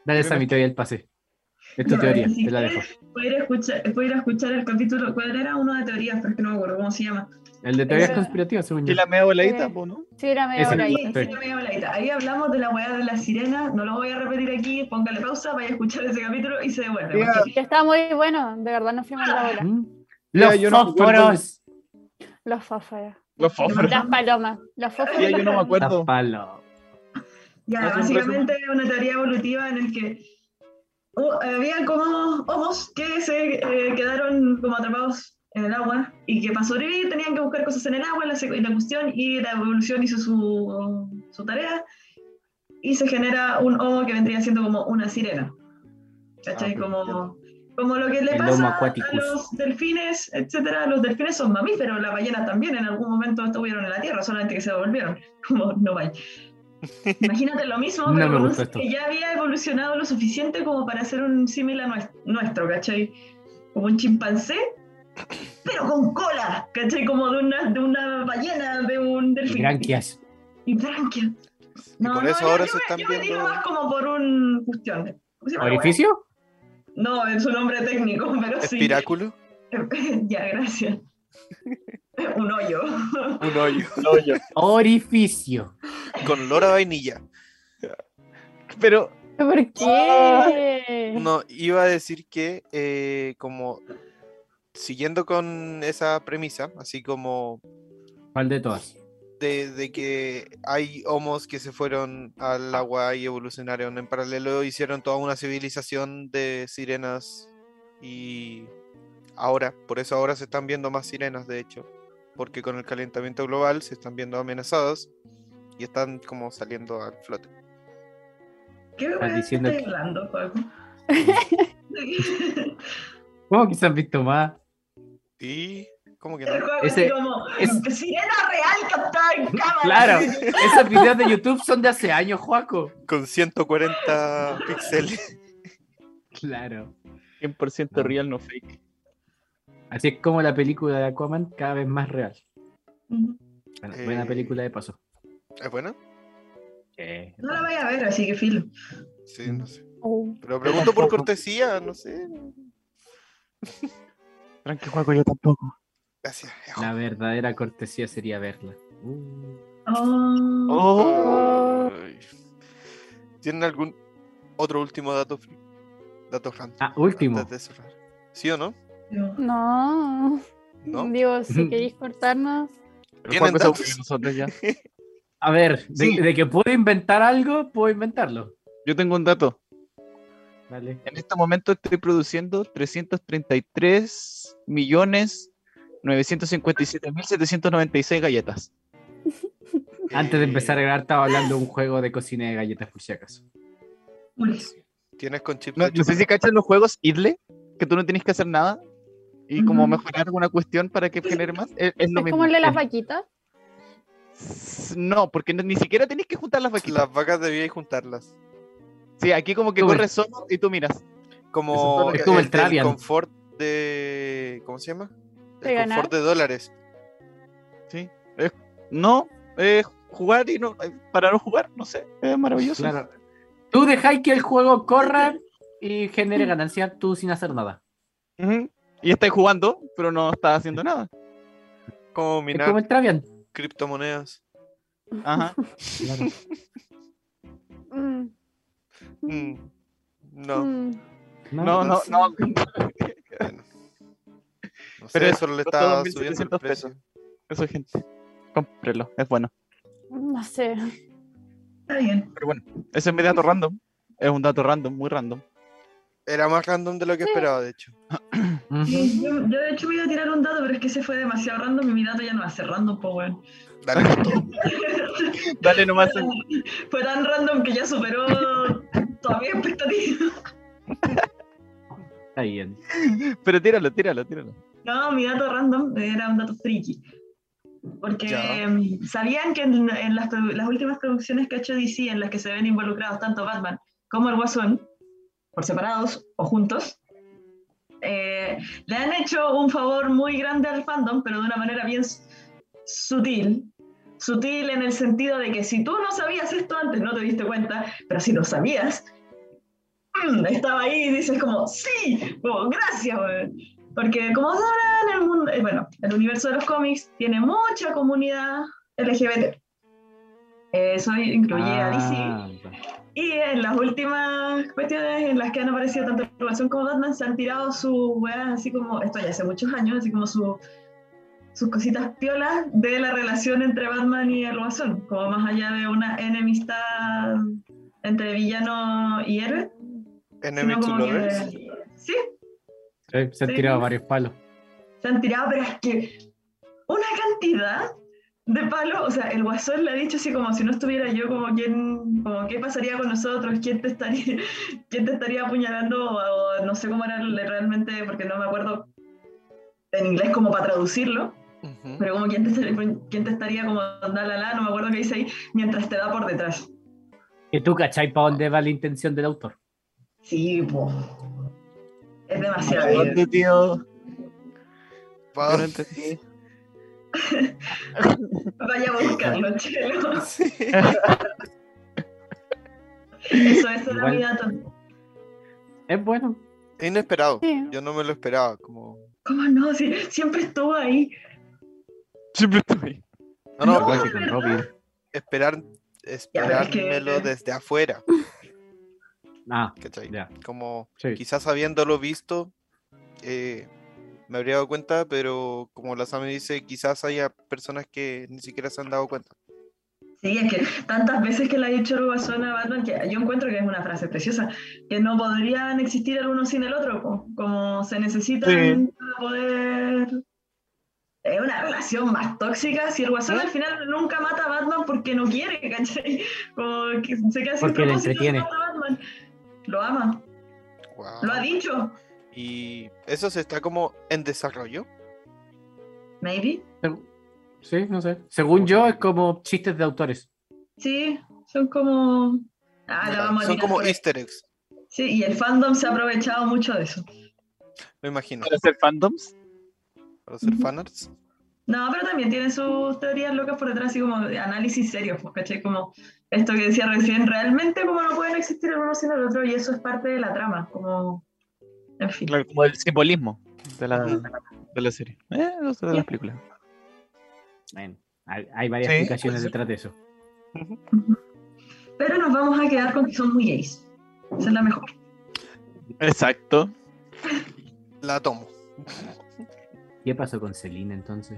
Speaker 2: Dale esa mi teoría el pase. Es tu
Speaker 3: No,
Speaker 2: teoría,
Speaker 3: si
Speaker 2: te la dejo.
Speaker 3: quieres, Voy a, ir a escuchar, voy a ir a escuchar el capítulo. ¿Cuál era uno de teorías? Pero es que no me acuerdo cómo se llama.
Speaker 2: El de teorías
Speaker 6: Esa-
Speaker 2: conspirativas, según yo.
Speaker 4: Y la media voladita,
Speaker 6: Sí.
Speaker 4: po, ¿no?
Speaker 6: Sí, era medio
Speaker 2: Ese-
Speaker 6: por ahí.
Speaker 3: Sí, sí,
Speaker 2: Sí.
Speaker 3: la media voladita. Ahí hablamos de la weá de la sirena. No lo voy a repetir aquí. Póngale pausa, vaya a escuchar ese capítulo y se devuelve.
Speaker 4: Ya.
Speaker 3: porque-
Speaker 6: Que Estaba muy bueno, de verdad nos fuimos la bola.
Speaker 2: ¿Mm?
Speaker 4: Ya,
Speaker 2: Los
Speaker 4: yo no me acuerdo.
Speaker 2: fósforos.
Speaker 6: Los fósforos.
Speaker 4: Los fósforos.
Speaker 6: Las palomas. Los fósforos.
Speaker 4: Ya, yo no me acuerdo.
Speaker 2: Tapalo.
Speaker 3: Ya,
Speaker 4: Haz un
Speaker 3: básicamente es una teoría evolutiva en el que hu- había como homos que se eh, quedaron como atrapados en el agua y que para sobrevivir tenían que buscar cosas en el agua, en la, sec- en la cuestión, y la evolución hizo su, su tarea y se genera un homo que vendría siendo como una sirena. ¿Cachai?
Speaker 4: Ah,
Speaker 3: como, como lo que le
Speaker 2: El Homo
Speaker 3: pasa a
Speaker 2: aquaticus.
Speaker 3: los delfines, etcétera. Los delfines son mamíferos, las ballenas también en algún momento estuvieron en la Tierra, solamente que se devolvieron. Como no vaya. Imagínate lo mismo,
Speaker 2: No
Speaker 3: pero
Speaker 2: me
Speaker 3: con un
Speaker 2: gusta
Speaker 3: ser
Speaker 2: esto.
Speaker 3: que ya había evolucionado lo suficiente como para hacer un símil a nues- nuestro, ¿cachai? Como un chimpancé, pero con cola, ¿cachai? Como de una, de una ballena, de un delfín.
Speaker 2: Granquias.
Speaker 3: Y branquia.
Speaker 1: Y por eso ahora se están
Speaker 3: yo me ah, tiro
Speaker 1: viendo.
Speaker 3: más como por un cuestión. de- ¿cómo se llama la
Speaker 2: ¿Orificio?
Speaker 3: wea? No, es un nombre técnico, pero sí.
Speaker 1: Espiráculo.
Speaker 3: ya, gracias. un hoyo.
Speaker 1: Un hoyo.
Speaker 4: No, yo.
Speaker 2: Orificio.
Speaker 1: Con lora vainilla.
Speaker 4: Pero
Speaker 6: ¿Por qué?
Speaker 1: No, iba a decir que, eh, como. Siguiendo con esa premisa, así como
Speaker 2: ¿Cuál de todas?
Speaker 1: de, de que hay homos que se fueron al agua y evolucionaron en paralelo, hicieron toda una civilización de sirenas y ahora, por eso ahora se están viendo más sirenas, de hecho, porque con el calentamiento global se están viendo amenazadas y están como saliendo al flote.
Speaker 3: ¿Qué me
Speaker 2: Estás diciendo
Speaker 3: estoy
Speaker 2: que-
Speaker 3: hablando, Juaco?
Speaker 2: ¿Cómo que se han visto más?
Speaker 1: ¿Y cómo que
Speaker 3: El
Speaker 1: no?
Speaker 3: juego
Speaker 2: Ese-
Speaker 3: así como,
Speaker 2: es-
Speaker 3: sirena real captada en cámara.
Speaker 2: Claro, esos videos de YouTube son de hace años, Juaco.
Speaker 1: Con 140 píxeles.
Speaker 2: Claro.
Speaker 4: 100%
Speaker 2: No.
Speaker 4: real, no fake.
Speaker 2: Así es como la película de Aquaman cada vez más real.
Speaker 3: Ujú.
Speaker 2: Buena,
Speaker 1: Eh.
Speaker 2: buena película de paso. Eh,
Speaker 1: ¿Es buena?
Speaker 3: No la vaya a ver, así que filo.
Speaker 1: Sí, no sé.
Speaker 2: Ah.
Speaker 6: Oh.
Speaker 1: Pero pregunto por
Speaker 4: tampoco.
Speaker 1: cortesía, no sé.
Speaker 4: Tranqui, Juaco, yo tampoco.
Speaker 1: Gracias.
Speaker 2: La verdadera cortesía sería verla.
Speaker 3: Oh,
Speaker 4: Oh.
Speaker 1: Ay. ¿Tienen algún otro último dato fri- Dato random.
Speaker 2: Ah, último.
Speaker 1: antes de cerrar? ¿Sí o no?
Speaker 3: Dios.
Speaker 6: No.
Speaker 1: ¿No?
Speaker 6: Digo, si queréis cortarnos.
Speaker 4: El
Speaker 1: ¿Tienen
Speaker 4: Juaco se
Speaker 1: datos?
Speaker 4: aburrió de nosotros ya.
Speaker 2: A ver, de,
Speaker 4: Sí.
Speaker 2: de que puedo inventar algo, puedo inventarlo.
Speaker 4: Yo tengo un dato.
Speaker 2: Dale.
Speaker 4: En este momento estoy produciendo 333 millones 957.796 galletas.
Speaker 2: Antes de
Speaker 1: Eh,
Speaker 2: empezar a grabar, estaba hablando de un juego de cocina de galletas, por si acaso.
Speaker 3: Ulis.
Speaker 1: Tienes con chip
Speaker 4: No,
Speaker 1: de
Speaker 4: no sé si cachan los juegos idle, que tú no tienes que hacer nada y como
Speaker 3: Ujú.
Speaker 4: mejorar alguna cuestión para que genere más. e-, Es, es lo
Speaker 6: ¿Es
Speaker 4: mismo.
Speaker 6: como el de las
Speaker 4: Es-
Speaker 6: vaquitas?
Speaker 4: No, porque no- ni siquiera tenés que juntar las vaquitas.
Speaker 1: Las vacas debía juntarlas.
Speaker 4: Sí, aquí como que
Speaker 2: Tú ves.
Speaker 4: corres solo y tú miras.
Speaker 2: Eso
Speaker 1: Como
Speaker 2: es como el
Speaker 1: del
Speaker 2: Travian.
Speaker 1: confort de. ¿Cómo se llama?
Speaker 6: ¿De
Speaker 1: el
Speaker 6: ganar?
Speaker 1: confort de dólares.
Speaker 4: Sí. Es- no, es jugar y no eh, para no jugar, no sé, es maravilloso.
Speaker 2: Claro. Tú dejáis que el juego corra y genere ganancia tú sin hacer nada.
Speaker 4: Ujú. Y estás jugando, pero no estás haciendo nada.
Speaker 1: Como
Speaker 2: Es
Speaker 1: minar
Speaker 2: como el Travian.
Speaker 1: criptomonedas.
Speaker 4: Ajá.
Speaker 6: Mm,
Speaker 1: Mm, No,
Speaker 6: mm.
Speaker 4: No, no, no.
Speaker 1: bueno. No sé,
Speaker 4: Pero eso
Speaker 1: solo le
Speaker 4: costó
Speaker 1: estaba
Speaker 4: 2.700
Speaker 1: subiendo el precio.
Speaker 4: Eso, gente. Cómprelo, es bueno.
Speaker 6: No sé.
Speaker 3: Está bien.
Speaker 4: Pero bueno, ese es mi dato random. Es un dato random, muy random.
Speaker 1: Era más random de lo que esperaba, de hecho.
Speaker 2: Ujú.
Speaker 3: Sí, Yo, yo de hecho me iba a tirar un dato, pero es que ese fue demasiado random y mi dato ya no va a ser random, po, weón.
Speaker 1: Dale con todo.
Speaker 4: Dale nomás.
Speaker 3: Fue tan random que ya superó toda mi expectativa.
Speaker 2: Está bien.
Speaker 4: Pero tíralo, tíralo, tíralo.
Speaker 3: No, mi dato random era un dato friki. Porque
Speaker 1: Ya.
Speaker 3: em, sabían que en, en las, produ- las últimas producciones que ha hecho DC, en las que se ven involucrados tanto Batman como el Guasón, por separados o juntos, eh, le han hecho un favor muy grande al fandom, pero de una manera bien s- sutil. Sutil en el sentido de que si tú no sabías esto antes, no te diste cuenta, pero si lo sabías, mm, estaba ahí y dices como, sí, como, gracias, weón". Porque como sabrán, el mundo, eh, bueno, el universo de los cómics tiene mucha comunidad LGBT. Eh, Eso incluye a DC,
Speaker 2: Ah,
Speaker 3: y en las últimas cuestiones en las que han aparecido tanto relación como Batman, se han tirado sus weas, así como, esto ya hace muchos años, así como su- sus cositas piolas de la relación entre Batman y el Guasón, como más allá de una enemistad entre villano y héroe.
Speaker 1: Enemy
Speaker 3: sino
Speaker 1: to
Speaker 3: como que-
Speaker 1: lovers.
Speaker 3: Sí,
Speaker 2: sí, Eh, se han
Speaker 3: Sí.
Speaker 2: tirado varios palos.
Speaker 3: se han tirado, pero es que una cantidad de palos, o sea, el guasón le ha dicho así como si no estuviera yo, como quién, como qué pasaría con nosotros, quién te estaría, quién te estaría apuñalando, o, o no sé cómo era le- realmente, porque no me acuerdo en inglés como para traducirlo,
Speaker 1: Ujú.
Speaker 3: pero como quién te, estaría- quién te estaría como da la la, no me acuerdo qué dice ahí, mientras te da por detrás.
Speaker 2: Que Eh, tú cachai para dónde va la intención del autor.
Speaker 3: Sí, po. Es demasiado.
Speaker 4: ¿Dónde, tío?
Speaker 1: Pa- Ah.
Speaker 4: Yo no entendí.
Speaker 3: Vaya a buscarlo, chelo.
Speaker 1: Sí.
Speaker 3: Eso, eso era
Speaker 2: Igual.
Speaker 3: mi dato.
Speaker 2: Es bueno.
Speaker 1: Es inesperado.
Speaker 6: Sí.
Speaker 1: Yo no me lo esperaba. Como...
Speaker 3: ¿Cómo no? Si siempre estuvo ahí.
Speaker 4: Siempre estoy.
Speaker 1: No, no,
Speaker 3: No,
Speaker 1: pues,
Speaker 3: Ah, ¿verdad?
Speaker 1: esperar,
Speaker 3: pero es que-
Speaker 1: esperármelo desde afuera.
Speaker 2: Ah,
Speaker 1: ¿Cachai?
Speaker 2: ya.
Speaker 1: Como
Speaker 2: Sí.
Speaker 1: quizás habiéndolo visto, eh, me habría dado cuenta, pero como la Sami dice, quizás haya personas que ni siquiera se han dado cuenta.
Speaker 3: Sí, es que tantas veces que le ha dicho el guasón a Batman, que yo encuentro que es una frase preciosa, que no podrían existir el uno sin el otro, co- como se necesitan
Speaker 4: Sí.
Speaker 3: para poder... Es una relación más tóxica si el guasón al final nunca mata a Batman porque no quiere, ¿cachai? Como que se queda sin
Speaker 2: Porque le
Speaker 3: propósito,
Speaker 2: entretiene.
Speaker 3: no mata a Batman. Lo ama,
Speaker 1: Guau.
Speaker 3: lo ha dicho,
Speaker 1: Y eso se está como en desarrollo.
Speaker 3: maybe.
Speaker 2: Sí, no sé. Según yo, es como chistes de autores.
Speaker 3: Sí, son como... Ah, la
Speaker 1: Ya,
Speaker 3: vamos a
Speaker 1: Son
Speaker 3: tirar
Speaker 1: como
Speaker 3: por ahí.
Speaker 1: easter eggs,
Speaker 3: Sí, y el fandom se ha aprovechado mucho de eso.
Speaker 1: me imagino,
Speaker 4: Para hacer fandoms.
Speaker 1: para hacer
Speaker 3: Ujú.
Speaker 1: fanarts.
Speaker 3: No, pero también tiene sus teorías locas por detrás, así como de análisis serios, pues, ¿cachai? Como esto que decía recién, realmente como no pueden existir el uno sin el otro, y eso es parte de la trama, como... En fin.
Speaker 4: Claro, como el simbolismo de la, de la serie. Eh, no sé, de las películas.
Speaker 2: Bueno, hay, hay varias
Speaker 4: Sí, pues,
Speaker 2: explicaciones
Speaker 4: puede ser.
Speaker 2: detrás de eso.
Speaker 3: Pero nos vamos a quedar con que son muy gays. Esa es la mejor.
Speaker 4: Exacto.
Speaker 1: La tomo.
Speaker 2: ¿Qué pasó con Selina entonces?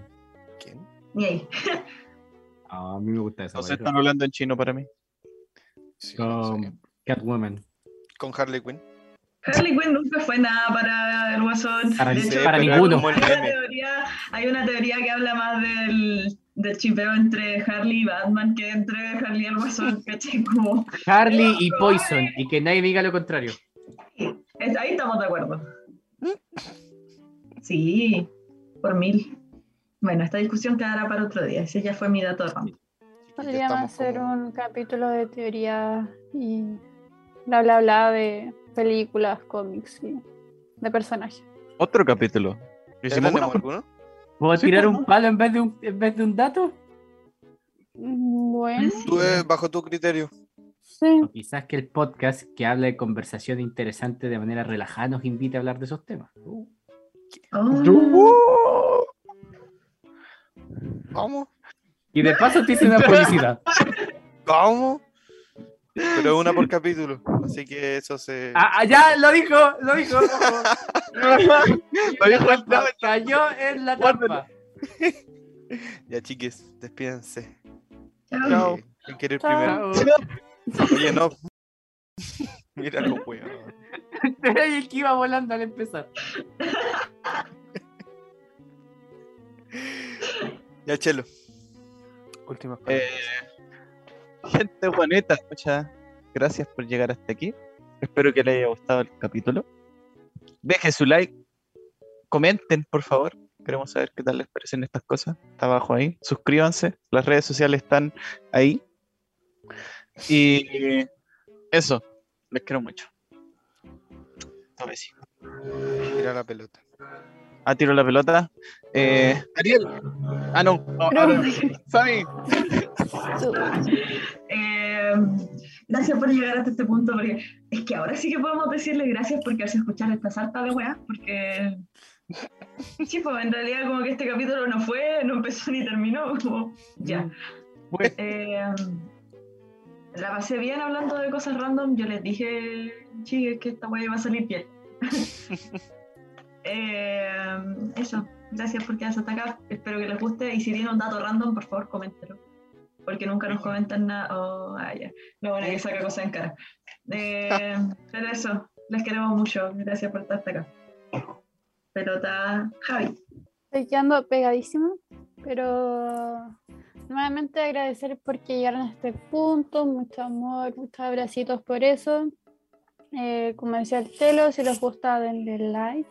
Speaker 1: ¿Quién?
Speaker 3: Gay.
Speaker 2: Ah, a mí me gusta esa.
Speaker 4: No sé,
Speaker 2: wea.
Speaker 4: están hablando en chino para mí.
Speaker 1: Sí, no sé.
Speaker 2: Con Catwoman.
Speaker 1: Con Harley Quinn.
Speaker 3: Harley Quinn nunca fue nada para el guasón.
Speaker 2: Para
Speaker 3: de
Speaker 2: ni-
Speaker 3: hecho,
Speaker 2: para
Speaker 3: hay
Speaker 2: ninguno.
Speaker 3: una teoría- hay una teoría que habla más del, del chipeo entre Harley y Batman que entre Harley y el guasón, ¿cachai? Como,
Speaker 2: Harley y Poison, y que nadie diga lo contrario.
Speaker 3: es- ahí estamos de acuerdo. Sí, por mil. Bueno, esta discusión quedará para otro día. Ese ya fue mi dato random.
Speaker 6: Podríamos hacer un capítulo de teoría y bla bla bla de películas, cómics y de personajes.
Speaker 4: Otro capítulo. Hicimos
Speaker 1: ¿Tenemos
Speaker 4: uno.
Speaker 1: alguno?
Speaker 2: ¿Puedo
Speaker 4: Sí,
Speaker 2: tirar
Speaker 4: pues,
Speaker 2: un
Speaker 4: ¿no?
Speaker 2: palo en vez de un, en vez de un dato?
Speaker 6: Mm, Bueno,
Speaker 1: Tú, eh, bajo tu criterio.
Speaker 6: sí.
Speaker 2: O quizás que el podcast que habla de conversación interesante de manera relajada nos invite a hablar de esos temas. Uh,
Speaker 3: Oh.
Speaker 1: ¿Cómo?
Speaker 2: Y de paso te hice una publicidad.
Speaker 1: ¿Cómo? Pero una por capítulo, así que eso se...
Speaker 2: Ah, ah, ya, lo dijo, lo dijo.
Speaker 4: Lo dijo el David.
Speaker 2: Cayó en la trampa.
Speaker 1: Ya chiques, despídense.
Speaker 3: Chao.
Speaker 1: Eh, ¿Quién quiere ir
Speaker 6: Chao.
Speaker 1: primero?
Speaker 2: Chao.
Speaker 1: Oye, no. Mira los weón.
Speaker 2: Y el que iba volando al empezar.
Speaker 1: Ya, Chelo. Últimas
Speaker 4: Eh, gente bonita, muchas gracias por llegar hasta aquí. Espero que les haya gustado el capítulo. Dejen su like, comenten, por favor. Queremos saber qué tal les parecen estas cosas. Está abajo ahí. Suscríbanse. Las redes sociales están ahí. Y eso. Les quiero mucho. A ver si-
Speaker 1: Mira la pelota.
Speaker 4: Ah, tiro la pelota. Eh, Ariel. Ah, no. no,
Speaker 6: Pero-
Speaker 4: Aaron. Sammy.
Speaker 2: Ah.
Speaker 3: Eh, gracias por llegar hasta este punto, porque es que ahora sí que podemos decirle gracias por quererse escuchar esta sarta de weas, porque. Sí, pues en realidad, como que este capítulo no fue, no empezó ni terminó, como. Ya.
Speaker 4: Bueno.
Speaker 3: Eh, la pasé bien hablando de cosas random, yo les dije, chicas, que esta wea iba a salir bien. Eh, eso, gracias por quedarse hasta acá, espero que les guste, y si tienen un dato random, por favor, coméntelo porque nunca nos comentan nada. Oh, ah, ya. No, bueno, que saca cosas en cara. Eh, pero eso, les queremos mucho. Gracias por estar hasta acá. Pelota, Javi.
Speaker 6: Estoy quedando pegadísima, pero nuevamente agradecer porque llegaron a este punto, mucho amor, muchos abracitos por eso. Eh, como decía el Telo, si les gusta denle like.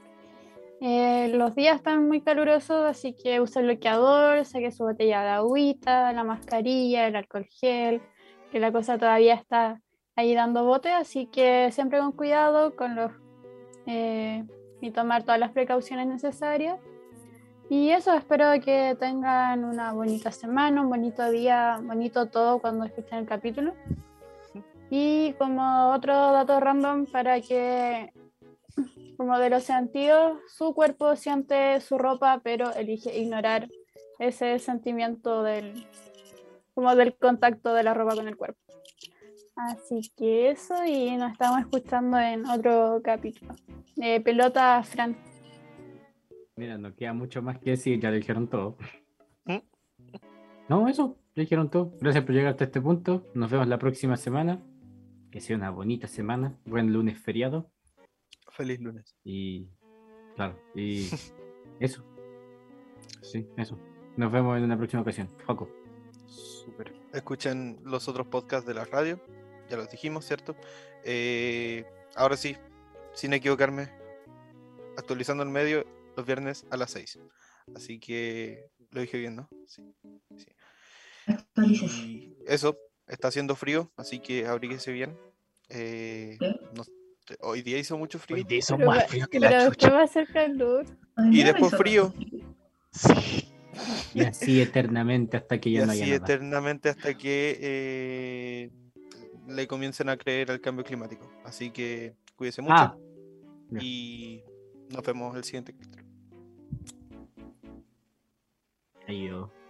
Speaker 6: Eh, los días están muy calurosos, así que use el bloqueador, saque su botella de agüita, la mascarilla, el alcohol gel, que la cosa todavía está ahí dando bote, así que siempre con cuidado con los eh, y tomar todas las precauciones necesarias. Y eso, espero que tengan una bonita semana, un bonito día, bonito todo cuando escuchen el capítulo. Y como otro dato random para que, como de los sentidos, su cuerpo siente su ropa, pero elige ignorar ese sentimiento del, como del contacto de la ropa con el cuerpo. Así que eso, y nos estamos escuchando en otro capítulo. Eh, pelota, Fran.
Speaker 2: Mira, no queda mucho más que decir, ya lo dijeron todo.
Speaker 1: ¿Mm?
Speaker 2: No, eso, ya dijeron todo. Gracias por llegar hasta este punto. Nos vemos la próxima semana. Que sea una bonita semana. Buen lunes feriado.
Speaker 1: Feliz lunes.
Speaker 2: Y. Claro, y. Eso. Sí, eso. Nos vemos en una próxima ocasión. Joco.
Speaker 1: Súper. Escuchen los otros podcasts de la radio. Ya los dijimos, ¿cierto? Eh, ahora sí, sin equivocarme, actualizando el medio los viernes a las 6. Así que lo dije bien, ¿no? Sí.
Speaker 3: Actualices.
Speaker 1: Y eso, está haciendo frío, así que abríguese bien. Eh,
Speaker 3: ¿Sí?
Speaker 1: no- te- hoy día hizo mucho frío.
Speaker 4: hizo
Speaker 6: Pero va-
Speaker 4: frío que
Speaker 6: Pero después va a ser calor.
Speaker 1: Y después frío.
Speaker 4: Sí.
Speaker 2: Y así eternamente hasta que
Speaker 1: Y
Speaker 2: ya no
Speaker 1: así
Speaker 2: haya nada.
Speaker 1: eternamente hasta que eh, le comiencen a creer al cambio climático. Así que cuídese mucho.
Speaker 2: Ah, ya.
Speaker 1: Y nos vemos el siguiente capítulo.
Speaker 2: adiós.